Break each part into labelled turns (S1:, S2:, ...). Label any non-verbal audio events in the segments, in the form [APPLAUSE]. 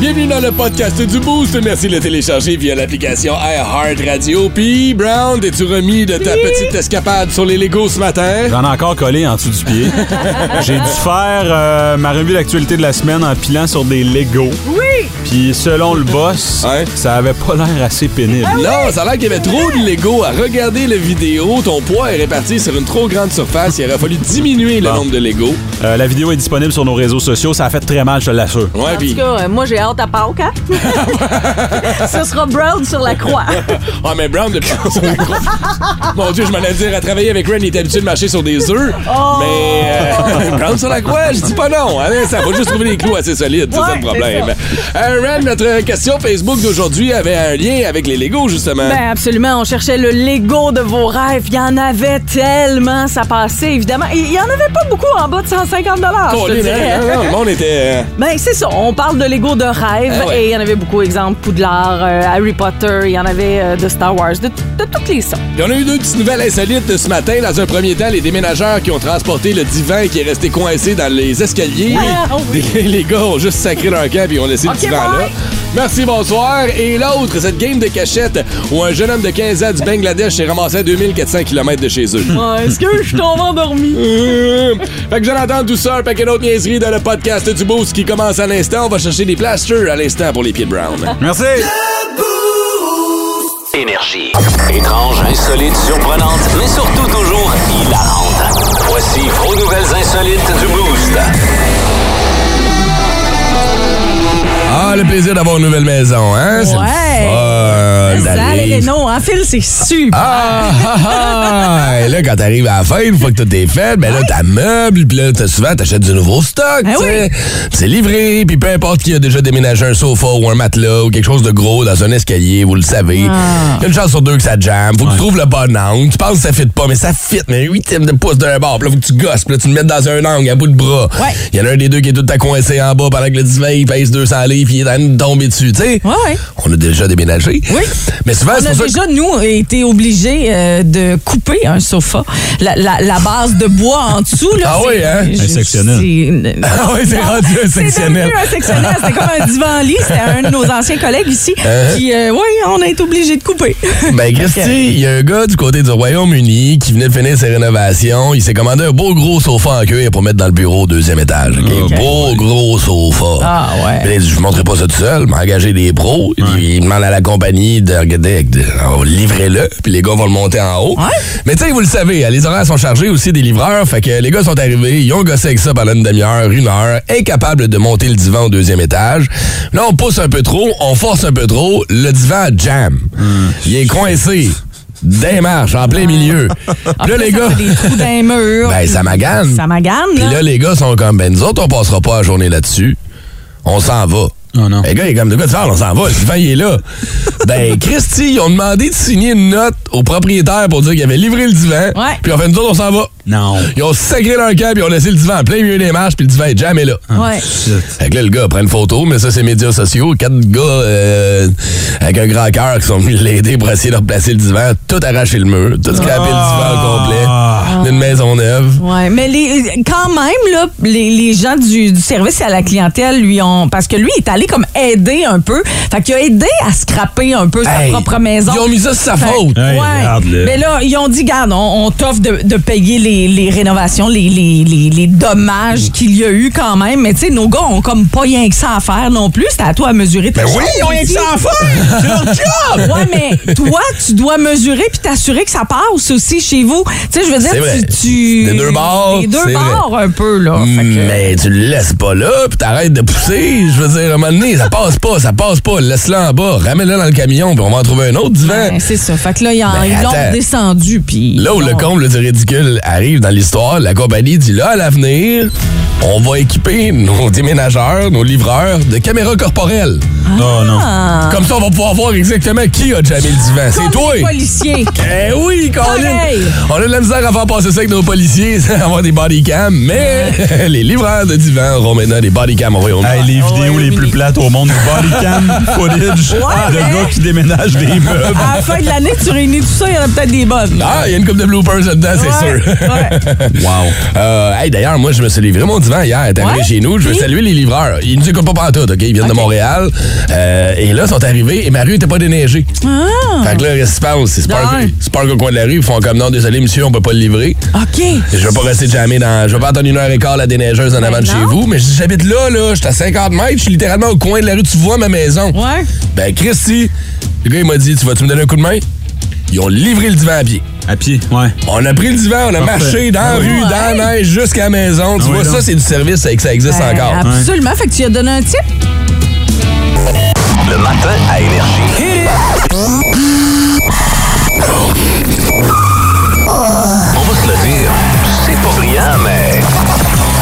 S1: Bienvenue dans le podcast du Boost. Merci de le télécharger via l'application iHeartRadio. Puis, Brown, t'es-tu remis de ta
S2: [LAUGHS]
S1: petite escapade sur les Legos ce matin?
S3: J'en ai encore collé en dessous du pied. J'ai dû faire euh, ma revue d'actualité de la semaine en pilant sur des Lego. Oui! Puis selon le boss,
S1: Ouais.
S3: ça avait pas l'air assez pénible.
S2: Ah
S1: Non, ça a l'air qu'il y avait trop de Lego à regarder la vidéo. Ton poids est réparti sur une trop grande surface. Il aurait fallu diminuer le
S3: Bon.
S1: nombre de Lego.
S3: Euh, la vidéo est disponible sur nos réseaux sociaux. Ça a fait très mal, je l'assure.
S1: Ouais,
S2: En
S1: puis
S2: tout cas, euh, moi, j'ai hâte à Pâques, hein? [LAUGHS] Ce sera Brown sur la
S1: [LAUGHS]
S2: croix.
S1: Ah, mais Brown, depuis sur la croix. Mon Dieu, je m'en allais dire à travailler avec Ren, il est habitué de marcher sur des œufs.
S2: Oh. [LAUGHS]
S1: Mais euh, Brown sur la croix, je dis pas non. hein. ça va juste trouver des clous assez solides, c'est ça le
S2: Ouais,
S1: problème. Euh, Ren, notre question Facebook d'aujourd'hui avait un lien avec les Legos, justement.
S2: Ben absolument, on cherchait le Lego de vos rêves. Il y en avait tellement, ça passait, évidemment. Il il y en avait pas beaucoup en bas de 150 je te
S1: Colin,
S2: dirais.
S1: hein? Non, non, le monde était. euh,
S2: [LAUGHS] Ben, c'est ça. On parle de Lego de rêve
S1: Ah ouais.
S2: et il y en avait beaucoup. Exemple, Poudlard, euh, Harry Potter, il y en avait euh, de Star Wars, de, de toutes les sortes.
S1: Puis on a eu deux petites nouvelles insolites ce matin. Dans un premier temps, les déménageurs qui ont transporté le divan qui est resté coincé dans les escaliers.
S2: Ah, oui.
S1: Des- [LAUGHS] les gars ont juste sacré leur camp et ont laissé
S2: Ok,
S1: le divan là.
S2: bye.
S1: Merci, bonsoir. Et l'autre, cette game de cachette où un jeune homme de 15 ans du Bangladesh s'est ramassé à 2400 km de chez eux.
S2: Ouais, Est-ce que je tombe endormi?
S1: [LAUGHS] Euh, fait que j'entends tout ça, un paquet d'autres niaiseries dans le podcast du Boost qui commence à l'instant. On va chercher des plasters à l'instant pour les pieds de Brown.
S3: Merci!
S4: Énergie. Étrange, insolite, surprenante, mais surtout toujours hilarante. Voici vos nouvelles insolites du Boost.
S1: Ah, le plaisir d'avoir une nouvelle maison, hein? C'est le
S2: Ouais.
S1: fun
S2: Ça,
S1: d'aller-
S2: les noms, en fil, c'est super.
S1: Ah, ah, ah! Et là, quand t'arrives à la fin, une fois que tout est fait, ben là, t'ameubles, puis là, t'as- souvent, t'achètes du nouveau stock,
S2: Ben
S1: tu sais. C'est livré, puis peu importe qui a déjà déménagé un sofa ou un matelas ou quelque chose de gros dans un escalier, vous le savez.
S2: Ah.
S1: Y a une chance sur deux que ça jambe. Faut que tu trouves le bon angle. Tu penses que ça fit pas, mais ça fit, mais un huitième de pouce d'un bord, puis là, faut que tu gosses, puis là, tu le mets dans un angle à bout de bras.
S2: Ouais.
S1: Y en a un des deux qui est tout à coincé en bas pendant que le divan, il pèse 200 livres, puis il est en train de tomber dessus, tu sais.
S2: Ouais, ouais.
S1: On a déjà déménagé.
S2: Oui.
S1: Mais souvent, c'est
S2: On a
S1: pour ça que-
S2: déjà, nous, été obligés euh, de couper un sofa. La, la- la base de bois en dessous, là.
S1: Ah
S2: c'est-
S1: oui, hein?
S2: je-
S3: Un sectionnel.
S2: c'est une-
S1: Ah oui, c'est rendu un
S2: C'est
S1: sectionnel.
S2: devenu un sectionnel. C'était comme un divan-lit. C'était un de nos anciens collègues
S1: [LAUGHS]
S2: ici. Puis, euh, oui, on a été obligés de couper.
S1: Uh-huh. Ben, Christy, il y a un gars du côté du Royaume-Uni qui venait de finir ses rénovations. Il s'est commandé un beau gros sofa en cuir pour mettre dans le bureau au deuxième étage. ok? Beau gros sofa.
S2: Ah, ouais.
S1: Puis là, il dit, je ne montrerai pas ça tout seul, mais engager des pros. Il, il demande à la compagnie de regarder, de- alors, livrez-le, puis les gars vont le monter en haut. Mais tu sais, vous le savez, euh, les horaires sont chargés aussi des livreurs. Fait que euh, les gars sont arrivés, ils ont gossé avec ça pendant une demi-heure, une heure, incapables de monter le divan au deuxième étage. Là, on pousse un peu trop, on force un peu trop, le divan jam.
S2: Hmm.
S1: Il est coincé. Des marches, en
S2: [LAUGHS]
S1: plein milieu. Puis là,
S2: Après,
S1: les
S2: ça
S1: gars.
S2: fait des trous d'un mur.
S1: [LAUGHS] Ben, ça magane.
S2: Ça magane,
S1: Puis
S2: là.
S1: là, les gars sont comme, ben, nous autres, on passera pas la journée là-dessus. On s'en va.
S3: Oh non.
S1: Les gars, il est comme, de quoi tu parles? On s'en va. Le divan, il
S3: [LAUGHS]
S1: est là. ben, Christy, ils ont demandé de signer une note au propriétaire pour dire qu'il avait livré le divan.
S2: Ouais.
S1: Puis on fait, nous autres, on s'en va.
S3: Non.
S1: Ils ont sacré leur camp, puis ils ont laissé le divan en plein milieu des marches, puis le divan est jamais là.
S2: Ah, Ouais.
S1: Fait que là, le gars prend une photo, mais ça, c'est médias sociaux. Quatre gars euh, avec un grand cœur qui sont venus l'aider pour essayer de replacer le divan, tout arracher le mur, tout scraper le divan
S3: Ah.
S1: au complet d'une maison neuve.
S2: Ouais, mais les, quand même, là, les, les gens du, du service à la clientèle lui ont. Parce que lui, il est allé comme aider un peu. Fait qu'il a aidé à scraper un peu sa
S1: Hey,
S2: propre maison.
S1: Ils ont mis ça sur sa
S2: Fait-
S1: faute.
S3: Hey,
S2: ouais.
S3: regarde-le.
S2: Mais là, ils ont dit, garde, on, on t'offre de, de payer les, les rénovations, les, les, les, les dommages qu'il y a eu quand même. Mais tu sais, nos gars ont comme pas rien que ça à faire non plus. C'était à toi à mesurer ta
S1: Ben
S2: chose.
S1: oui, ils ont rien que ça à
S2: faire! [LAUGHS] Ouais, mais toi, tu dois mesurer puis t'assurer que ça passe aussi chez vous. Tu sais, je veux dire,
S1: C'est
S2: tu
S1: vrai.
S2: tu- tu-
S1: Des deux bords,
S2: Des deux
S1: c'est vrai.
S2: bords un peu, là. Fait que-
S1: Mais tu le laisses pas là, puis t'arrêtes de pousser. Je veux dire, à un moment donné, ça passe pas, ça passe pas. Laisse-le en bas, ramène-le dans le camion, puis on va en trouver un autre divan.
S2: Ouais, c'est ça. Fait que là, ils en-
S1: Ben,
S2: ils l'ont
S1: attends.
S2: descendu. Puis
S1: Là où
S2: ils
S1: le
S2: ont-
S1: comble du ridicule arrive dans l'histoire, la compagnie dit là, à l'avenir, on va équiper nos déménageurs, nos livreurs de caméras corporelles.
S2: Oh,
S3: Non, non.
S2: Ah,
S1: Comme ça, on va pouvoir voir exactement qui a jamais le divan. C'est
S2: Comme
S1: toi!
S2: les policiers.
S1: [LAUGHS] Eh oui, Colin!
S2: Pareil.
S1: On a de la misère à faire passer ça avec nos policiers, [LAUGHS] avoir des bodycams, mais [LAUGHS] les livreurs de divan auront maintenant des bodycams au royaume
S3: Hey, les vidéos les plus plates au
S1: [LAUGHS]
S3: monde, bodycam footage de
S2: mais-
S3: gars qui déménagent des meubles.
S2: hein? À la fin de l'année, tu réunis tout ça, il y en a peut-être des bonnes. là.
S1: Ah, il y a une coupe de bloopers là-dedans, c'est
S2: Ouais,
S1: sûr. [LAUGHS]
S2: ouais.
S1: Wow. Euh, hey, d'ailleurs, moi, je me suis livré mon divan hier. Elle est arrivée
S2: Ouais?
S1: chez nous. Je veux
S2: Puis?
S1: saluer les livreurs. Ils nous écoutent pas partout, OK? Ils viennent de Montréal. Euh, et là, ils sont arrivés et ma rue était pas déneigée.
S2: Ah.
S1: Fait que là, qu'est-ce qui se passe? C'est Spark,
S2: Darn.
S1: Spark au coin de la rue. Ils font comme non, désolé, monsieur, on peut pas le livrer.
S2: OK.
S1: Je vais pas rester jamais dans. Je vais pas attendre une heure et quart la déneigeuse en avant de
S2: non.
S1: chez vous. Mais je dis, j'habite là, là. Je suis à 50 mètres. Je suis littéralement au coin de la rue. Tu vois ma maison.
S2: Ouais.
S1: Ben, Christy, le gars, il m'a dit, tu vas-tu me donner un coup de main? Ils ont livré le divan à pied.
S3: À pied, ouais.
S1: On a pris le divan, on a
S3: Parfait.
S1: marché dans la
S3: Ah oui.
S1: rue, dans la neige, jusqu'à la maison. Tu
S3: Ah oui,
S1: vois,
S3: donc.
S1: ça, c'est du service et que ça existe
S2: Ben,
S1: encore.
S2: Absolument. Fait que tu lui as donné un tip.
S4: Le matin à Énergie. On va se le dire, c'est pas rien, mais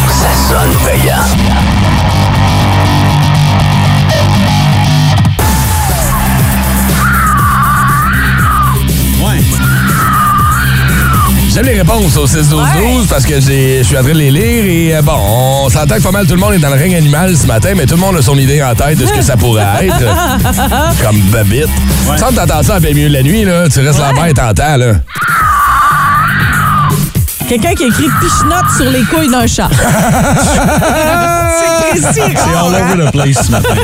S4: ça sonne payant.
S3: Ouais.
S1: J'aime les réponses au 6-12-12 parce que j'ai- je suis en train de les lire et euh, bon, on s'entend que pas mal tout le monde est dans le règne animal ce matin, mais tout le monde a son idée en tête de ce que ça pourrait
S2: [LAUGHS]
S1: être. Comme babite.
S3: Ouais.
S1: Sans t'entendre ça à plein milieu de la nuit, là, tu restes là-bas et t'entends, là.
S2: Quelqu'un qui a écrit pichenote sur les couilles d'un
S1: [LAUGHS]
S2: chat. C'est précis.
S3: C'est all over the place ce matin.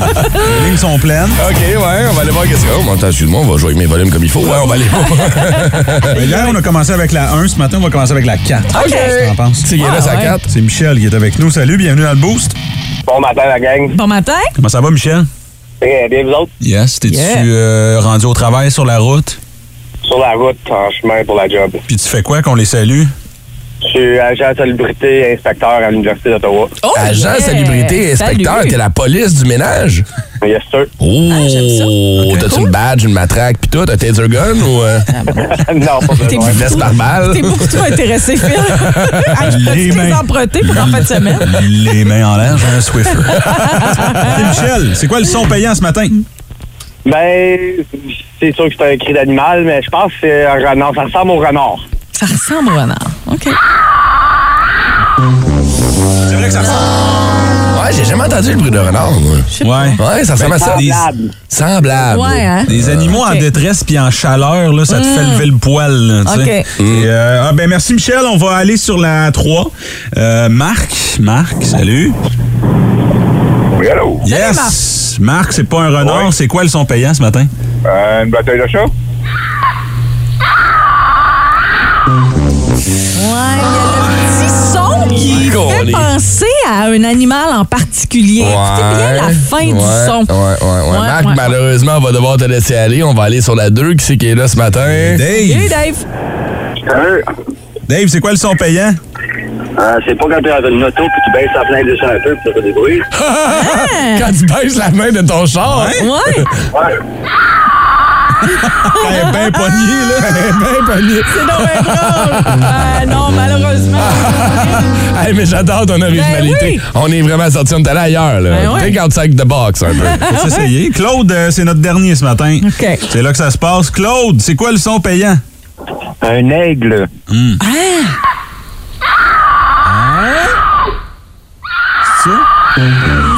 S3: Les lignes sont pleines.
S1: OK, ouais, on va aller voir qu'est-ce que... Oh, mon temps, excuse-moi, on va jouer avec mes volumes comme il faut. Ouais, on va aller voir.
S3: [LAUGHS] Mais hier, on a commencé avec la 1. Ce matin, on va commencer avec la 4.
S1: OK.
S3: Qu'est-ce que t'en penses?
S1: Tu sais, il est là, sa
S2: Ah, ouais.
S1: carte.
S3: C'est Michel qui est avec nous. Salut, bienvenue dans le Boost.
S5: Bon matin, la gang.
S2: Bon matin.
S3: Comment ça va, Michel?
S5: Très bien, vous autres,
S3: Yes. T'es-tu
S2: Yeah.
S3: euh, rendu au travail sur la route?
S5: sur la route, en chemin pour la job.
S3: Puis tu fais quoi qu'on les salue?
S5: Je suis agent de salubrité, inspecteur à l'Université d'Ottawa.
S2: Oh,
S1: [LAUGHS] Agent,
S2: yeah.
S1: salubrité, inspecteur,
S2: Salut.
S1: t'es la police du ménage.
S5: Yes, sir.
S1: Oh, t'as-tu
S2: Ah, Cool. Ah,
S1: une badge, une matraque, pis tout, un taser gun ou euh,
S5: [LAUGHS] non, pas
S2: T'es
S5: besoin.
S1: une veste par balle?
S2: T'es beaucoup trop
S1: [LAUGHS]
S2: intéressé, Phil. Ah, Je
S3: Les
S2: peux-tu te les
S3: mains.
S2: emprunter pour en fin de semaine?
S3: Les mains en l'air, j'ai
S2: [LAUGHS]
S3: un Swiffer. Michel, c'est quoi le son payant ce matin?
S5: Ben, c'est sûr que c'est un cri d'animal, mais je pense que c'est un renard. Ça ressemble au renard.
S2: Ça ressemble au renard. OK.
S3: C'est vrai que ça ressemble.
S1: Ouais, j'ai jamais entendu le bruit d'un renard, moi.
S3: Ouais.
S1: Ouais, ça ressemble à ça.
S3: des-
S5: Semblable.
S1: Semblable.
S2: Ben,
S1: Euh,
S2: Ouais, hein?
S3: Des animaux en
S2: Ok. Mm.
S3: détresse puis en chaleur, là, ça te fait lever le poil. là, tu sais.
S2: Ok.
S1: Mm.
S3: Et, euh, ah, ben merci Michel, on va aller sur la 3. Euh, Marc, Marc, salut.
S5: Oui, allô?
S3: Yes! Marc, c'est pas un renard, c'est quoi le son payant ce matin?
S5: Euh, une bataille de chat?
S2: Ouais, il y a le petit son qui
S1: Ouais.
S2: fait
S1: Golly.
S2: penser à un animal en particulier. Écoutez bien la fin
S1: Ouais,
S2: du son.
S1: Ouais, ouais, ouais.
S2: Ouais,
S1: Marc,
S2: ouais,
S1: malheureusement, on va devoir te laisser aller. On va aller sur la 2. Qui c'est qui est là ce matin?
S2: Salut,
S3: Dave!
S2: Dave.
S3: Dave, c'est quoi le son payant?
S5: Euh, c'est pas quand t'es dans une auto puis tu baisses la plein de chat un peu puis ça fait des bruits.
S1: [LAUGHS] Quand tu baisses la main de ton char, [LAUGHS]
S3: Ouais.
S2: Ouais,
S1: elle est bien pognée, là. Elle est bien pognée.
S2: c'est donc bien drôle. Ben non, malheureusement.
S1: [LAUGHS] Hey, mais j'adore ton originalité.
S2: Ben oui.
S1: On est vraiment sorti, on est allé ailleurs, là.
S2: Ben ouais.
S1: Think outside the box, un peu.
S3: [LAUGHS] Faut s'essayer. Claude, euh, c'est notre dernier ce matin.
S2: OK.
S3: C'est là que ça se passe. Claude, c'est quoi le son payant?
S5: Un aigle.
S3: Hmm.
S2: Ah!
S3: Ça?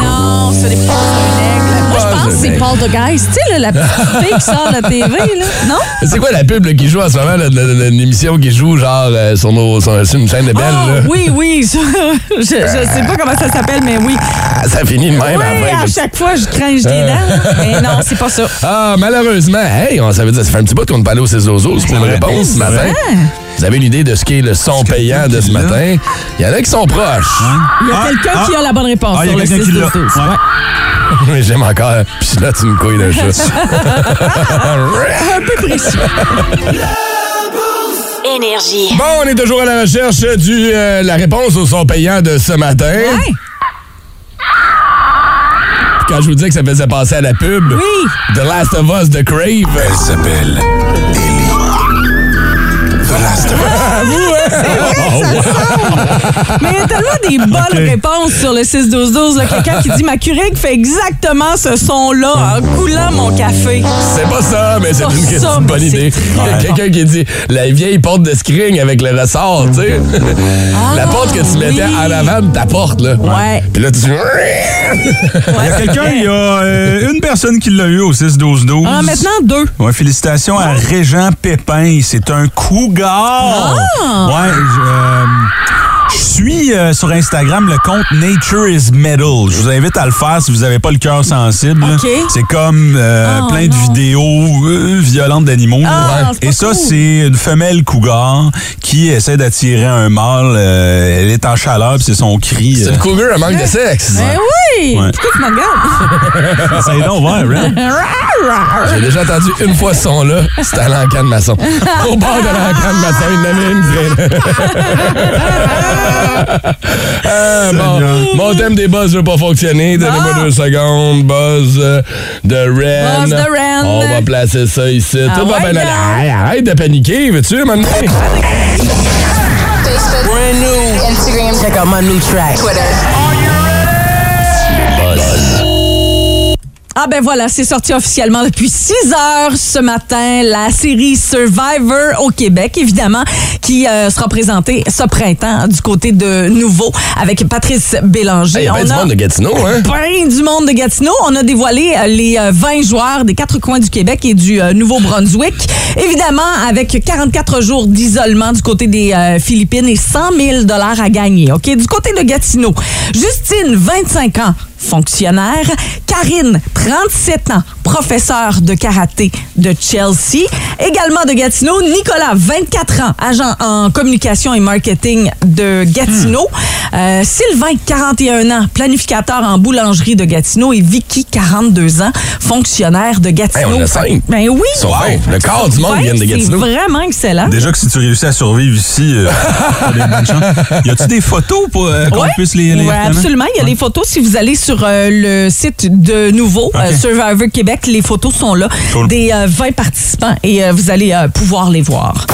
S2: Non, ce n'est pas un aigle. Moi, je
S1: Pas
S2: pense que
S1: un
S2: c'est
S1: aigle.
S2: Paul de Guys. Tu sais, là, la
S1: [LAUGHS]
S2: petite fille qui sort de la TV, là. Non?
S1: C'est quoi la pub là, qui joue en ce moment, là, de- de- de- une émission qui joue genre euh, sur, nos, sur, sur une chaîne de belles?
S2: Ah,
S1: là? Ben,
S2: oui, oui. [LAUGHS] ça, Je, je sais pas comment ça s'appelle, mais oui.
S1: Ah, ça finit de même
S2: Oui,
S1: Euh. à la fin,
S2: à
S1: comme-
S2: chaque fois, je cringe des dents. Mais non, c'est pas ça.
S1: [LAUGHS] Ah, malheureusement, hey, on savait dire, ça fait un petit bout qu'on ne parlait au Césozo pour une
S3: vrai.
S1: réponse ce matin. Vous avez une idée de ce qu'est le son payant de ce
S3: là?
S1: matin? Il y en a qui sont proches.
S2: Il y a
S3: Ah,
S2: quelqu'un
S3: ah.
S2: qui a la bonne réponse
S3: Ah, il y a
S2: sur le
S3: quelqu'un qui l'a.
S2: 6
S3: Ouais.
S1: [LAUGHS] Mais J'aime encore. Puis là, tu me
S2: [LAUGHS]
S1: couilles d'un chat.
S2: Un peu précis.
S6: Énergie.
S1: Bon, on est toujours à la recherche du euh, la réponse au son payant de ce matin.
S2: Ouais.
S1: Quand je vous disais que ça faisait passer à la pub,
S2: Oui.
S1: The Last of Us de Crave. Elle s'appelle The Last of Us. hein? Oh,
S2: Mais il y a tellement
S1: [LAUGHS]
S2: des bonnes réponses sur le 6-12-12. là. Quelqu'un qui dit Ma Keurig fait exactement ce son-là en coulant mon café.
S1: C'est pas ça, mais c'est
S2: Pas
S1: une
S2: ça,
S1: question- bonne
S2: mais
S1: idée.
S2: c'est
S1: Il y a
S2: très
S1: quelqu'un qui dit la vieille porte de screen avec le ressort, tu sais. la porte que tu mettais
S2: Ah, oui.
S1: en avant de ta porte, là.
S2: Ouais.
S1: Puis là, tu.
S2: Ouais, c'est
S3: Quelqu'un,
S2: vrai.
S3: il y a euh, une personne qui l'a eu au 6-12-12.
S2: Ah, maintenant deux. Oh.
S3: Ouais, félicitations à Régent Pépin. C'est un cougar.
S2: Ah.
S3: Ouais, je, euh, je suis euh, sur Instagram le compte Nature is Metal. Je vous invite à le faire si vous n'avez pas le cœur sensible. là.
S2: OK.
S3: C'est comme euh,
S2: Oh,
S3: plein de
S2: non.
S3: vidéos euh, violentes d'animaux.
S2: Ah,
S3: Ouais.
S2: c'est pas
S3: Et ça,
S2: cool.
S3: c'est une femelle cougar qui essaie d'attirer un mâle. Euh, elle est en chaleur, puis c'est son cri.
S1: C'est
S3: euh,
S1: le cougar, un manque de sexe.
S2: Ben oui!
S3: Ouais.
S2: Pourquoi tu me regardes?
S1: [LAUGHS]
S3: Ça aide donc,
S2: [LAUGHS]
S3: ouais, right?
S1: hein? J'ai déjà entendu une fois ce son-là. C'était à l'encan
S2: [LAUGHS]
S1: de maçon. Au bord de l'encan de maçon, il y en avait une vraie.
S2: [LAUGHS]
S1: Ah, bon, mon thème des buzz ne veut pas fonctionner. Donnez-moi deux secondes. Buzz euh, de Ren.
S2: Ah. Buzz de Ren.
S1: On va placer ça ici.
S2: Ah
S1: Tout va
S2: ouais,
S1: bien
S2: là.
S1: aller. Hey, Arrête de paniquer, veux-tu, maintenant?
S7: Brand new. Instagram. Check out my new track. Twitter.
S2: Ah ben voilà, c'est sorti officiellement depuis 6 heures ce matin, la série Survivor au Québec, évidemment, qui euh, sera présentée ce printemps du côté de Nouveau avec Patrice Bélanger.
S1: Hey, Il y a bien du
S2: On a-
S1: monde de Gatineau, hein?
S2: plein du monde de Gatineau. On a dévoilé euh, les euh, 20 joueurs des quatre coins du Québec et du euh, Nouveau-Brunswick. Évidemment, avec 44 jours d'isolement du côté des euh, Philippines et 100 000 dollars à gagner. Ok, du côté de Gatineau, Justine, 25 ans, fonctionnaire. Karine, 37 ans, professeur de karaté de Chelsea. Également de Gatineau, Nicolas, 24 ans, agent en communication et marketing de Gatineau.
S1: Hmm.
S2: Euh, Sylvain, 41 ans, planificateur en boulangerie de Gatineau. Et Vicky, 42 ans, fonctionnaire de Gatineau.
S1: Hey, on a cinq.
S2: Ben oui!
S1: Ils sont fins. Le quart du monde
S2: Cinq,
S1: vient de
S2: C'est
S1: Gatineau.
S2: vraiment excellent.
S3: Déjà que si tu réussis à survivre ici, euh, t'as des bonnes chances. Y a-tu des photos pour euh, qu'on
S2: Ouais.
S3: puisse les, les
S2: Ouais,
S3: recommander?
S2: absolument. Il y a des photos. Si vous allez sur euh, le site de nouveau, euh, Survivor Québec, les photos sont là
S3: Cool.
S2: des euh, 20 participants et euh, vous allez euh, pouvoir les voir.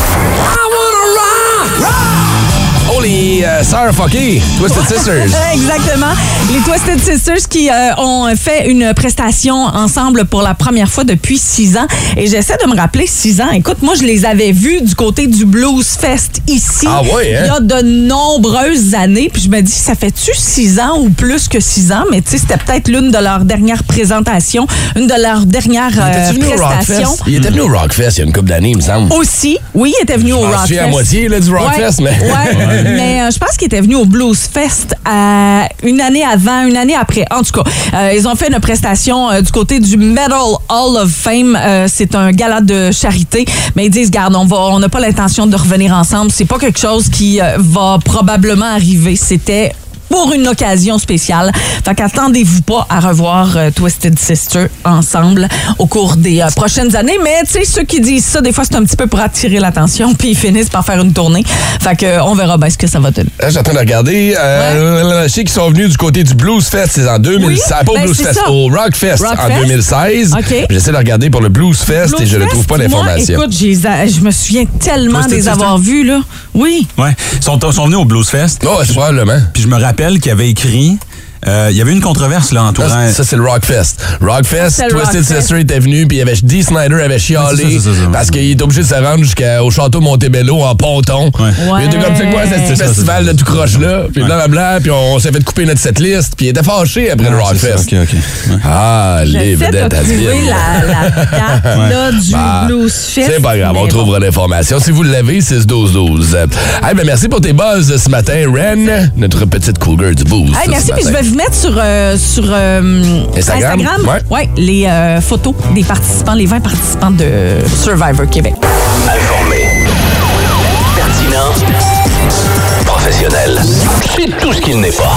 S1: Oh, les euh, sœurs fuckées. Twisted Sisters.
S2: [LAUGHS] Exactement. Les Twisted Sisters qui euh, ont fait une prestation ensemble pour la première fois depuis six ans. Et j'essaie de me rappeler six ans. Écoute, moi, je les avais vus du côté du Blues Fest ici.
S1: Ah ouais, hein?
S2: Il y a de nombreuses années. Puis je me dis, ça fait-tu six ans ou plus que six ans? Mais tu sais, c'était peut-être l'une de leurs dernières présentations, une de leurs dernières euh,
S1: T'es-tu venu au
S2: prestations.
S1: Rockfest? Il était venu au Rockfest il y a une couple d'années, il me semble.
S2: Aussi, oui, il était venu au
S1: Je m'en
S2: Rockfest.
S1: souviens à moitié là, du Rockfest,
S2: ouais,
S1: [LAUGHS] mais.
S2: ouais, mais euh, je pense qu'il était venu au Blues Fest euh, une année avant, une année après. En tout cas, euh, ils ont fait une prestation euh, du côté du Metal Hall of Fame. Euh, c'est un gala de charité, mais ils disent, garde, on va, on n'a pas l'intention de revenir ensemble. C'est pas quelque chose qui euh, va probablement arriver. C'était pour une occasion spéciale. Fait qu'attendez-vous pas à revoir euh, Twisted Sister ensemble au cours des euh, prochaines années. Mais tu sais, ceux qui disent ça, des fois, c'est un petit peu pour attirer l'attention, [LAUGHS] puis ils finissent par faire une tournée. Fait que, euh, on verra bien ce que ça va donner.
S1: Là, je suis en train de regarder. Euh, Je sais qu'ils sont venus du côté du Blues Fest, c'est en 2016.
S2: Oui,
S1: Pas au
S2: ben,
S1: Blues
S2: c'est
S1: Fest,
S2: ça.
S1: au Rock Fest
S2: Rock
S1: en
S2: Fest.
S1: 2016.
S2: OK.
S1: J'essaie de regarder pour le Blues Fest et je ne
S2: Blowfest,
S1: trouve pas l'information.
S2: moi, Écoute, j'ai- je me souviens tellement
S3: Twisted
S2: des
S3: Sister?
S2: avoir vus, là. Oui.
S3: Ouais. Ils sont, ils sont venus au Bluesfest.
S1: Oh, c'est probablement.
S3: Puis je me rappelle qu'il avait écrit. euh, il y avait une controverse là
S1: Ça,
S3: entourant.
S1: ça, c'est le Rockfest. Rockfest,
S2: C'est le
S1: Twisted
S2: Rockfest.
S1: Sister était venu, puis il y avait Dee Snyder avait chialé
S3: Ouais, c'est ça, c'est ça, c'est ça.
S1: parce qu'il était obligé de se rendre jusqu'au château Montebello en ponton. Il était comme, c'est quoi, c'est ce
S2: Ouais.
S1: festival de tout croche-là? Puis blablabla, puis on s'est fait couper notre setlist, puis il était fâché après le
S3: Ah, c'est
S1: Rockfest.
S3: ça, ok, ok. Ouais.
S1: Ah, les
S2: J'essaie de
S1: vedettes à
S2: trouver
S1: Twill.
S2: la, la date là, du
S1: Bah,
S2: Blues Fest.
S1: C'est pas grave, on
S2: mais bon.
S1: trouvera l'information. Si vous l'avez, 6-12-12. Euh, Hey, ben merci pour tes buzz ce matin, Ren, notre petite cougar du boost.
S2: Hey, merci,
S1: ce
S2: puis je
S1: matin.
S2: vais vous mettre sur, euh, sur euh,
S1: Instagram?
S2: Instagram,
S1: Ouais.
S2: Ouais, les euh, photos des participants, les 20 participants de Survivor Québec.
S4: Informé. Pertinent. Professionnel. professionnel. C'est tout ce qu'il n'est pas.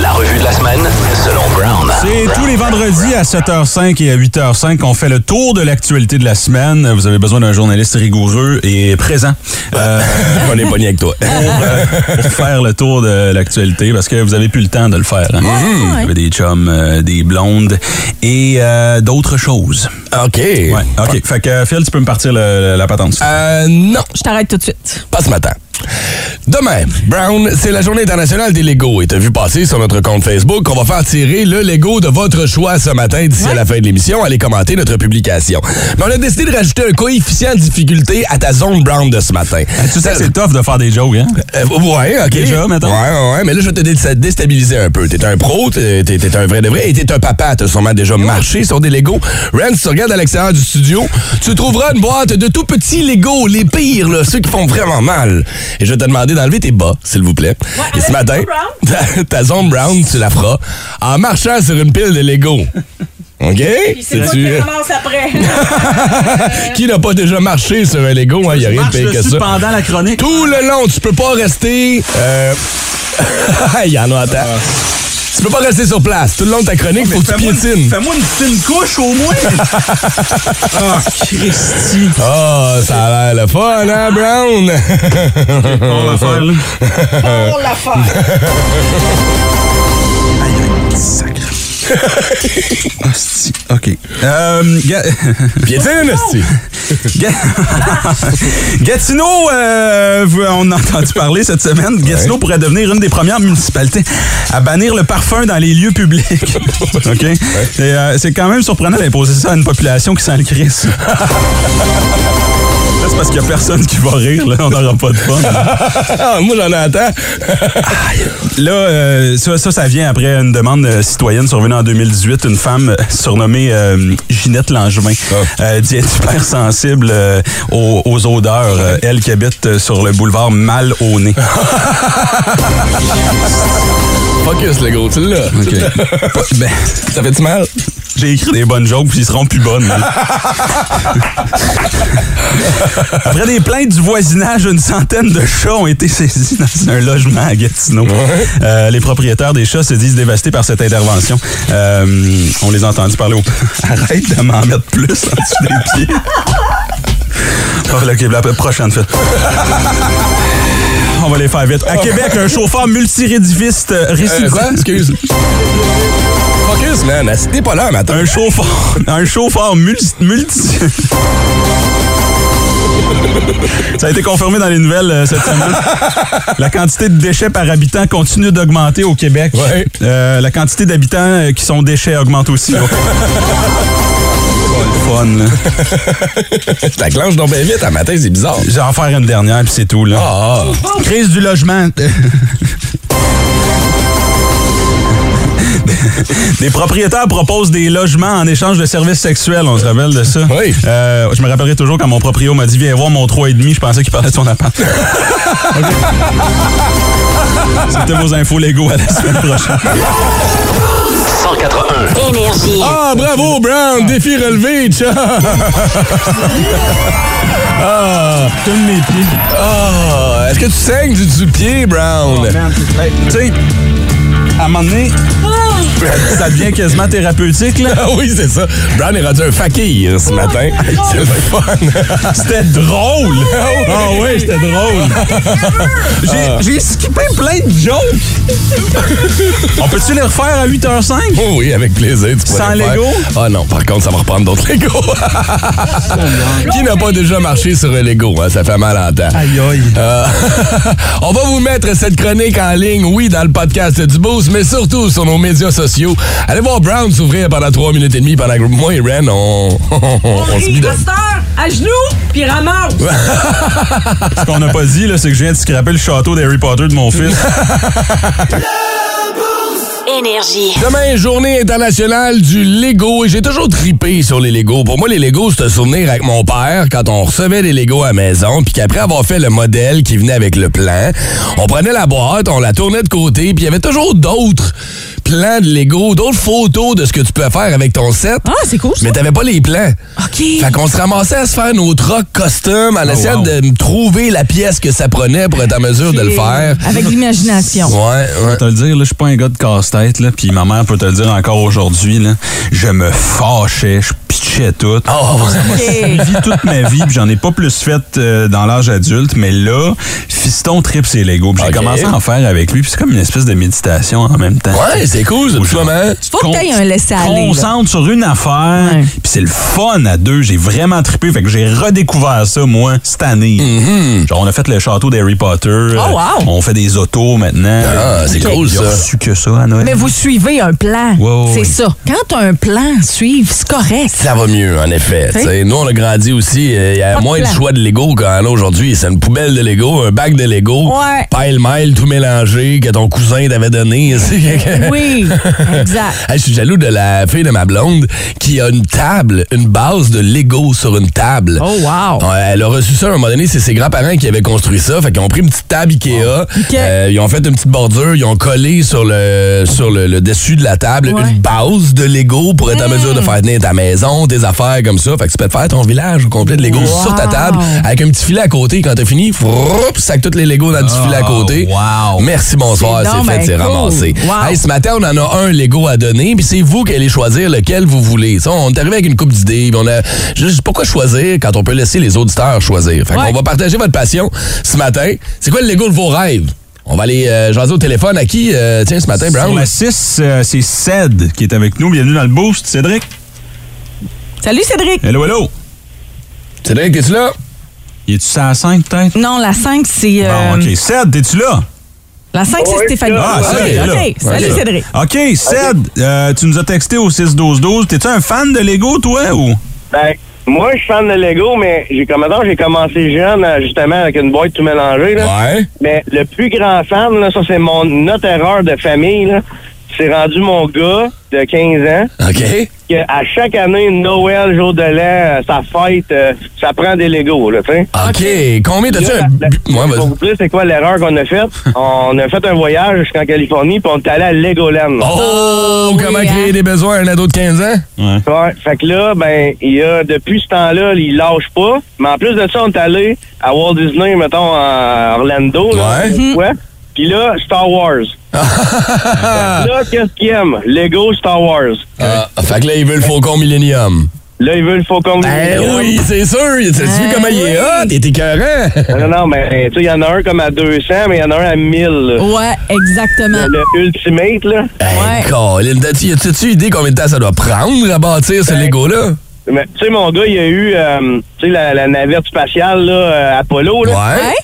S4: La revue de la semaine, selon
S1: [LAUGHS]
S4: Brown.
S3: C'est tous les vendredis à 7h05 et à 8h05 qu'on fait le tour de l'actualité de la semaine. Vous avez besoin d'un journaliste rigoureux et présent. Euh,
S1: [LAUGHS] On est pogné avec toi.
S3: pour faire le tour de l'actualité parce que vous avez plus le temps de le faire. hein. Vous avez des chums, euh, des blondes et euh, d'autres choses.
S1: OK.
S3: Ouais, OK. Fait que Phil, tu peux me partir le- la patente.
S1: Euh, non,
S2: Je t'arrête tout de suite.
S1: pas ce matin. Demain, Brown, c'est la journée internationale des Legos. Et t'as vu passer sur notre compte Facebook qu'on va faire tirer le Lego de votre choix ce matin d'ici à la fin de l'émission. Allez commenter notre publication. Mais on a décidé de rajouter un coefficient de difficulté à ta zone Brown de ce matin.
S3: Ah, tu sais que c'est tough de faire des jokes, hein?
S1: Euh, ouais, ok.
S3: Déjà, mettons.
S1: Ouais, ouais, ouais, mais là, je vais te dé- déstabiliser un peu. T'es un pro, t'es t'es- t'es un vrai de vrai, et t'es un papa. T'as sûrement déjà marché sur des Legos. Ren, si tu regardes à l'extérieur du studio, tu trouveras une boîte de tout petits Legos, les pires, là, ceux qui font vraiment mal. Et je vais te demander d'enlever tes bas, s'il vous plaît. et ce matin, [LAUGHS] ta, ta zone brown, tu la feras en marchant sur une pile de Legos. OK? C'est-tu-
S2: euh, après.
S1: [LAUGHS] Qui n'a pas déjà marché sur un Lego? hein? Il n'y a rien de pire que ça.
S3: pendant la chronique.
S1: Tout le long, tu peux pas rester. Euh... [LAUGHS] Il y en a attends. Tu peux pas rester sur place. Tout le long de ta chronique, faut que tu piétines.
S3: Ah. Fais-moi une petite couche au
S1: [LAUGHS]
S3: moins. Ah, Christy.
S1: Oh, ça a l'air le fun, hein, Brown?
S3: On va faire,
S1: [LAUGHS]
S3: là.
S1: Euh,
S3: Ah, si. OK. Euh, ga- [LAUGHS]
S1: Piétine, esti.
S3: Ga- [LAUGHS] Gatineau, euh, on a entendu parler cette semaine, Gatineau pourrait devenir une des premières municipalités à bannir le parfum dans les lieux publics. [LAUGHS] OK? Et, euh, c'est quand même surprenant d'imposer ça à une population qui sent le Christ. Là, c'est parce qu'il n'y a personne qui va rire, là. on n'aura pas de fun.
S1: [LAUGHS] Ah, moi, j'en attends.
S3: Là, euh, ça, ça, ça vient après une demande euh, citoyenne survenue en 2018. Une femme euh, surnommée euh, Ginette Langevin
S1: Ah.
S3: euh, dit être hyper sensible euh, aux, aux odeurs. euh, elle qui habite euh, sur le boulevard Mal au
S1: [LAUGHS]
S3: nez.
S1: Focus, le gros, tu l'as. [LAUGHS]
S3: Ben,
S1: Ça fait-tu mal?
S3: j'ai écrit des bonnes jokes, puis ils seront plus bonnes. hein. mais- Après des plaintes du voisinage, une centaine de chats ont été saisis dans un logement à Gatineau. Euh, les propriétaires des chats se disent dévastés par cette intervention. Euh, on les a entendus parler au... [LAUGHS] Arrête de m'en mettre plus en dessous des pieds. Oh, là, OK, la prochaine fois. On va les faire vite. À Québec, un chauffeur multirédiviste euh,
S1: Oh. Euh,
S3: récidiviste...
S1: quoi? Excuse. Focus, man. esti, T'es pas là, matin.
S3: Un chauffeur, un chauffeur multi, multi- Ça a été confirmé dans les nouvelles euh, cette semaine. La quantité de déchets par habitant continue d'augmenter au Québec.
S1: Ouais.
S3: Euh, la quantité d'habitants euh, qui sont déchets augmente aussi. là. Pas le fun, là.
S1: Ta clenche donc bien vite. À matin, c'est bizarre.
S3: Je vais en faire une dernière, puis c'est tout. Là.
S1: Ah, ah.
S3: Crise du logement. Des propriétaires proposent des logements en échange de services sexuels, on se rappelle de ça.
S1: Oui.
S3: Euh, je me rappellerai toujours quand mon proprio m'a dit Viens voir mon 3,5, je pensais qu'il parlait de son appart. Ok. C'était vos infos Lego à la semaine prochaine.
S4: 181.
S6: Énergie.
S1: Ah, bravo, Brown! Défi relevé, tcha! ah!
S3: Tourne mes pieds.
S1: Ah! Est-ce que tu saignes du, du pied, Brown?
S3: Tu sais, à un moment donné, ça devient quasiment thérapeutique, là.
S1: Oh.
S3: Oh.
S1: Ah oui, c'est ça. Brown est rendu un fakir ce matin. C'est le fun.
S3: [LAUGHS] C'était drôle! Ah oui, c'était drôle!
S1: Ah.
S3: J'ai- J'ai skippé plein de jokes! On peut-tu les refaire à 8h05?
S1: Oh oui, avec plaisir. Tu pourrais
S3: Sans
S1: le faire.
S3: Lego?
S1: Ah non, par contre, ça va reprendre d'autres Lego.
S3: [LAUGHS]
S1: Qui n'a pas déjà marché sur un Lego? hein? Ça fait mal en temps.
S3: Aïe aïe!
S1: Euh, [LAUGHS] on va vous mettre cette chronique en ligne, oui, dans le podcast du Boost, mais surtout sur nos médias sociaux. Allez voir Brown s'ouvrir pendant trois minutes et demie pendant que moi et Ren, on, [LAUGHS] [LAUGHS] on, on se bidonne.
S2: à genoux, puis ramasse. [LAUGHS]
S3: Ce qu'on n'a pas dit, là, c'est que je viens de scraper le château d'Harry Potter de mon fils.
S6: Énergie.
S1: Demain, journée internationale du Lego et j'ai toujours tripé sur les Legos. Pour moi, les Legos, c'est un souvenir avec mon père quand on recevait les Legos à la maison, puis qu'après avoir fait le modèle qui venait avec le plan, on prenait la boîte, on la tournait de côté, puis il y avait toujours d'autres. plans de Lego, d'autres photos de ce que tu peux faire avec ton set.
S2: Ah, c'est cool, ça.
S1: Mais t'avais pas les plans.
S2: OK.
S1: Fait qu'on se ramassait à se faire nos trucks custom en
S3: Oh,
S1: essayant
S3: wow.
S1: de trouver la pièce que ça prenait pour être en mesure de le faire.
S2: Avec l'imagination.
S1: Ouais, ouais.
S3: te le dire, là, je suis pas un gars de casse-tête, là, puis ma mère peut te le dire encore aujourd'hui, là, je me fâchais, je pitchais tout.
S1: Oh,
S2: OK.
S3: J'ai toute ma vie, puis j'en ai pas plus fait euh, dans l'âge adulte, mais là, fiston trip ses Lego. Puis J'ai
S1: Ok.
S3: commencé à en faire avec lui, puis c'est comme une espèce de méditation en même temps.
S1: ouais, c'est cool, ce petit
S3: Bonjour.
S1: moment.
S2: Faut que t'aies un laisser-aller, là.
S3: Concentre sur une affaire,
S2: Ouais.
S3: puis c'est le fun à deux. J'ai vraiment trippé, fait que j'ai redécouvert ça, moi, cette année.
S1: Mm-hmm.
S3: Genre, on a fait le château d'Harry Potter. euh,
S2: Oh, wow.
S3: On fait des autos maintenant.
S1: Ah, c'est
S3: Ok.
S1: cool,
S3: Il a
S1: ça.
S3: reçu que ça à Noël.
S2: Mais vous suivez un plan.
S3: Ouais, ouais,
S2: c'est
S3: ouais.
S2: ça. Quand t'as un plan, suivre, c'est correct.
S1: Ça va mieux, en effet.
S2: Oui.
S1: T'sais, nous, on a grandi aussi. euh, Il y a
S2: Pas de
S1: moins de
S2: plan.
S1: choix de Lego qu'en a aujourd'hui. C'est une poubelle de Lego, un bac de Lego,
S2: Ouais.
S1: pile-mile, tout mélangé, que ton cousin t'avait donné. [LAUGHS]
S2: Oui, exact.
S1: Hey, je suis jaloux de la fille de ma blonde qui a une table, une base de Lego sur une table.
S2: Oh, wow.
S1: Ouais, Elle a reçu ça à un moment donné, c'est ses grands-parents qui avaient construit ça. Fait qu'ils ont pris une petite table Ikea, euh, ils ont fait une petite bordure, ils ont collé sur le sur le, le dessus de la table
S2: Ouais. Mmh.
S1: une base de Lego pour être en mesure de faire tenir ta maison, tes affaires comme ça. Fait que tu peux te faire ton village au complet de Lego sur ta table
S2: Ah.
S1: avec un petit filet à côté. Quand t'as fini, froup, sac tous les Lego dans le petit filet à côté.
S3: wow.
S1: Merci, bonsoir,
S2: Ah, C'est
S1: c'est
S2: donc
S1: fait,
S2: ben
S1: c'est
S2: cool.
S1: ramassé.
S2: Wow.
S1: Hey, ce matin, on en a un Lego à donner, puis c'est vous qui allez choisir lequel vous voulez. Ça, on est arrivé avec une coupe d'idées, puis on a juste pourquoi choisir quand on peut laisser les auditeurs choisir. Fait
S2: Ouais.
S1: qu'on va partager votre passion ce matin. C'est quoi le Lego de vos rêves? On va aller euh, jaser au téléphone à qui, euh, tiens, ce matin,
S3: Sur
S1: Brown?
S3: la 6, c'est Ced qui est avec nous. Bienvenue dans le boost, Cédric.
S2: Salut Cédric.
S3: Hello, hello.
S1: Cédric, t'es-tu là?
S3: Y es-tu ça à 5 peut-être?
S2: Non, la 5, c'est. euh,
S3: Bon, OK. Ced, t'es-tu là?
S2: La 5, c'est
S5: Oui,
S2: Stéphanie.
S3: Ah,
S2: OK,
S3: Ced, est là.
S2: OK. Salut
S1: Ouais.
S2: Cédric.
S3: OK, Ced, euh, tu nous as texté au 6-12-12. T'es-tu un fan de Lego, toi, ou?
S5: Ben, moi, je suis fan de Lego, mais j'ai comme mettons, j'ai commencé jeune, euh, justement, avec une boîte tout mélangée. Là.
S1: Ouais.
S5: Mais le plus grand fan, là, ça, c'est mon notre erreur de famille. là. C'est rendu mon gars de 15 ans.
S1: OK.
S5: que à chaque année, Noël, jour de l'an, euh, sa fête, euh, ça prend des Legos, là, tu sais.
S1: OK. Combien t'as-tu
S5: Là,
S1: un...
S5: la-
S1: bu-
S5: la-
S1: Ouais,
S5: Pour
S1: vas-y.
S5: vous dire, c'est quoi l'erreur qu'on
S1: [LAUGHS]
S5: a faite? on a fait un voyage jusqu'en Californie, puis on est allé à Legoland.
S1: Oh, comment
S2: oui,
S1: créer
S2: hein.
S1: des besoins à un ado de 15 ans?
S3: Ouais.
S5: Ouais, fait que là, ben, il y a, depuis ce temps-là, il lâche pas. Mais en plus de ça, on est allé à Walt Disney, mettons, à Orlando. là.
S1: Ouais. Mhm.
S5: Ouais. Puis là, Star
S1: [LAUGHS]
S5: Wars. là, qu'est-ce qu'il aime? Lego Star Wars.
S1: Ah, fait que là, il veut le Faucon Millennium.
S5: Là, il veut le Faucon.
S1: Ben
S5: Millennium.
S1: oui, c'est sûr. Tu vu comment il est hot? Il est écœurant.
S5: Non, non, mais tu sais, il y en a un comme à 200, mais il y en a un à 1000. là.
S2: Ouais, exactement.
S5: Le Ultimate, là.
S1: Hey,
S2: Ouais.
S1: Colin, t'as-tu- as-tu idée combien de temps ça doit prendre à bâtir ce Lego-là?
S5: Mais, Ben, tu sais, mon gars, il y a eu, euh, tu sais, la, la navette spatiale, là, euh, Apollo, là.
S1: Ouais.
S2: Ouais.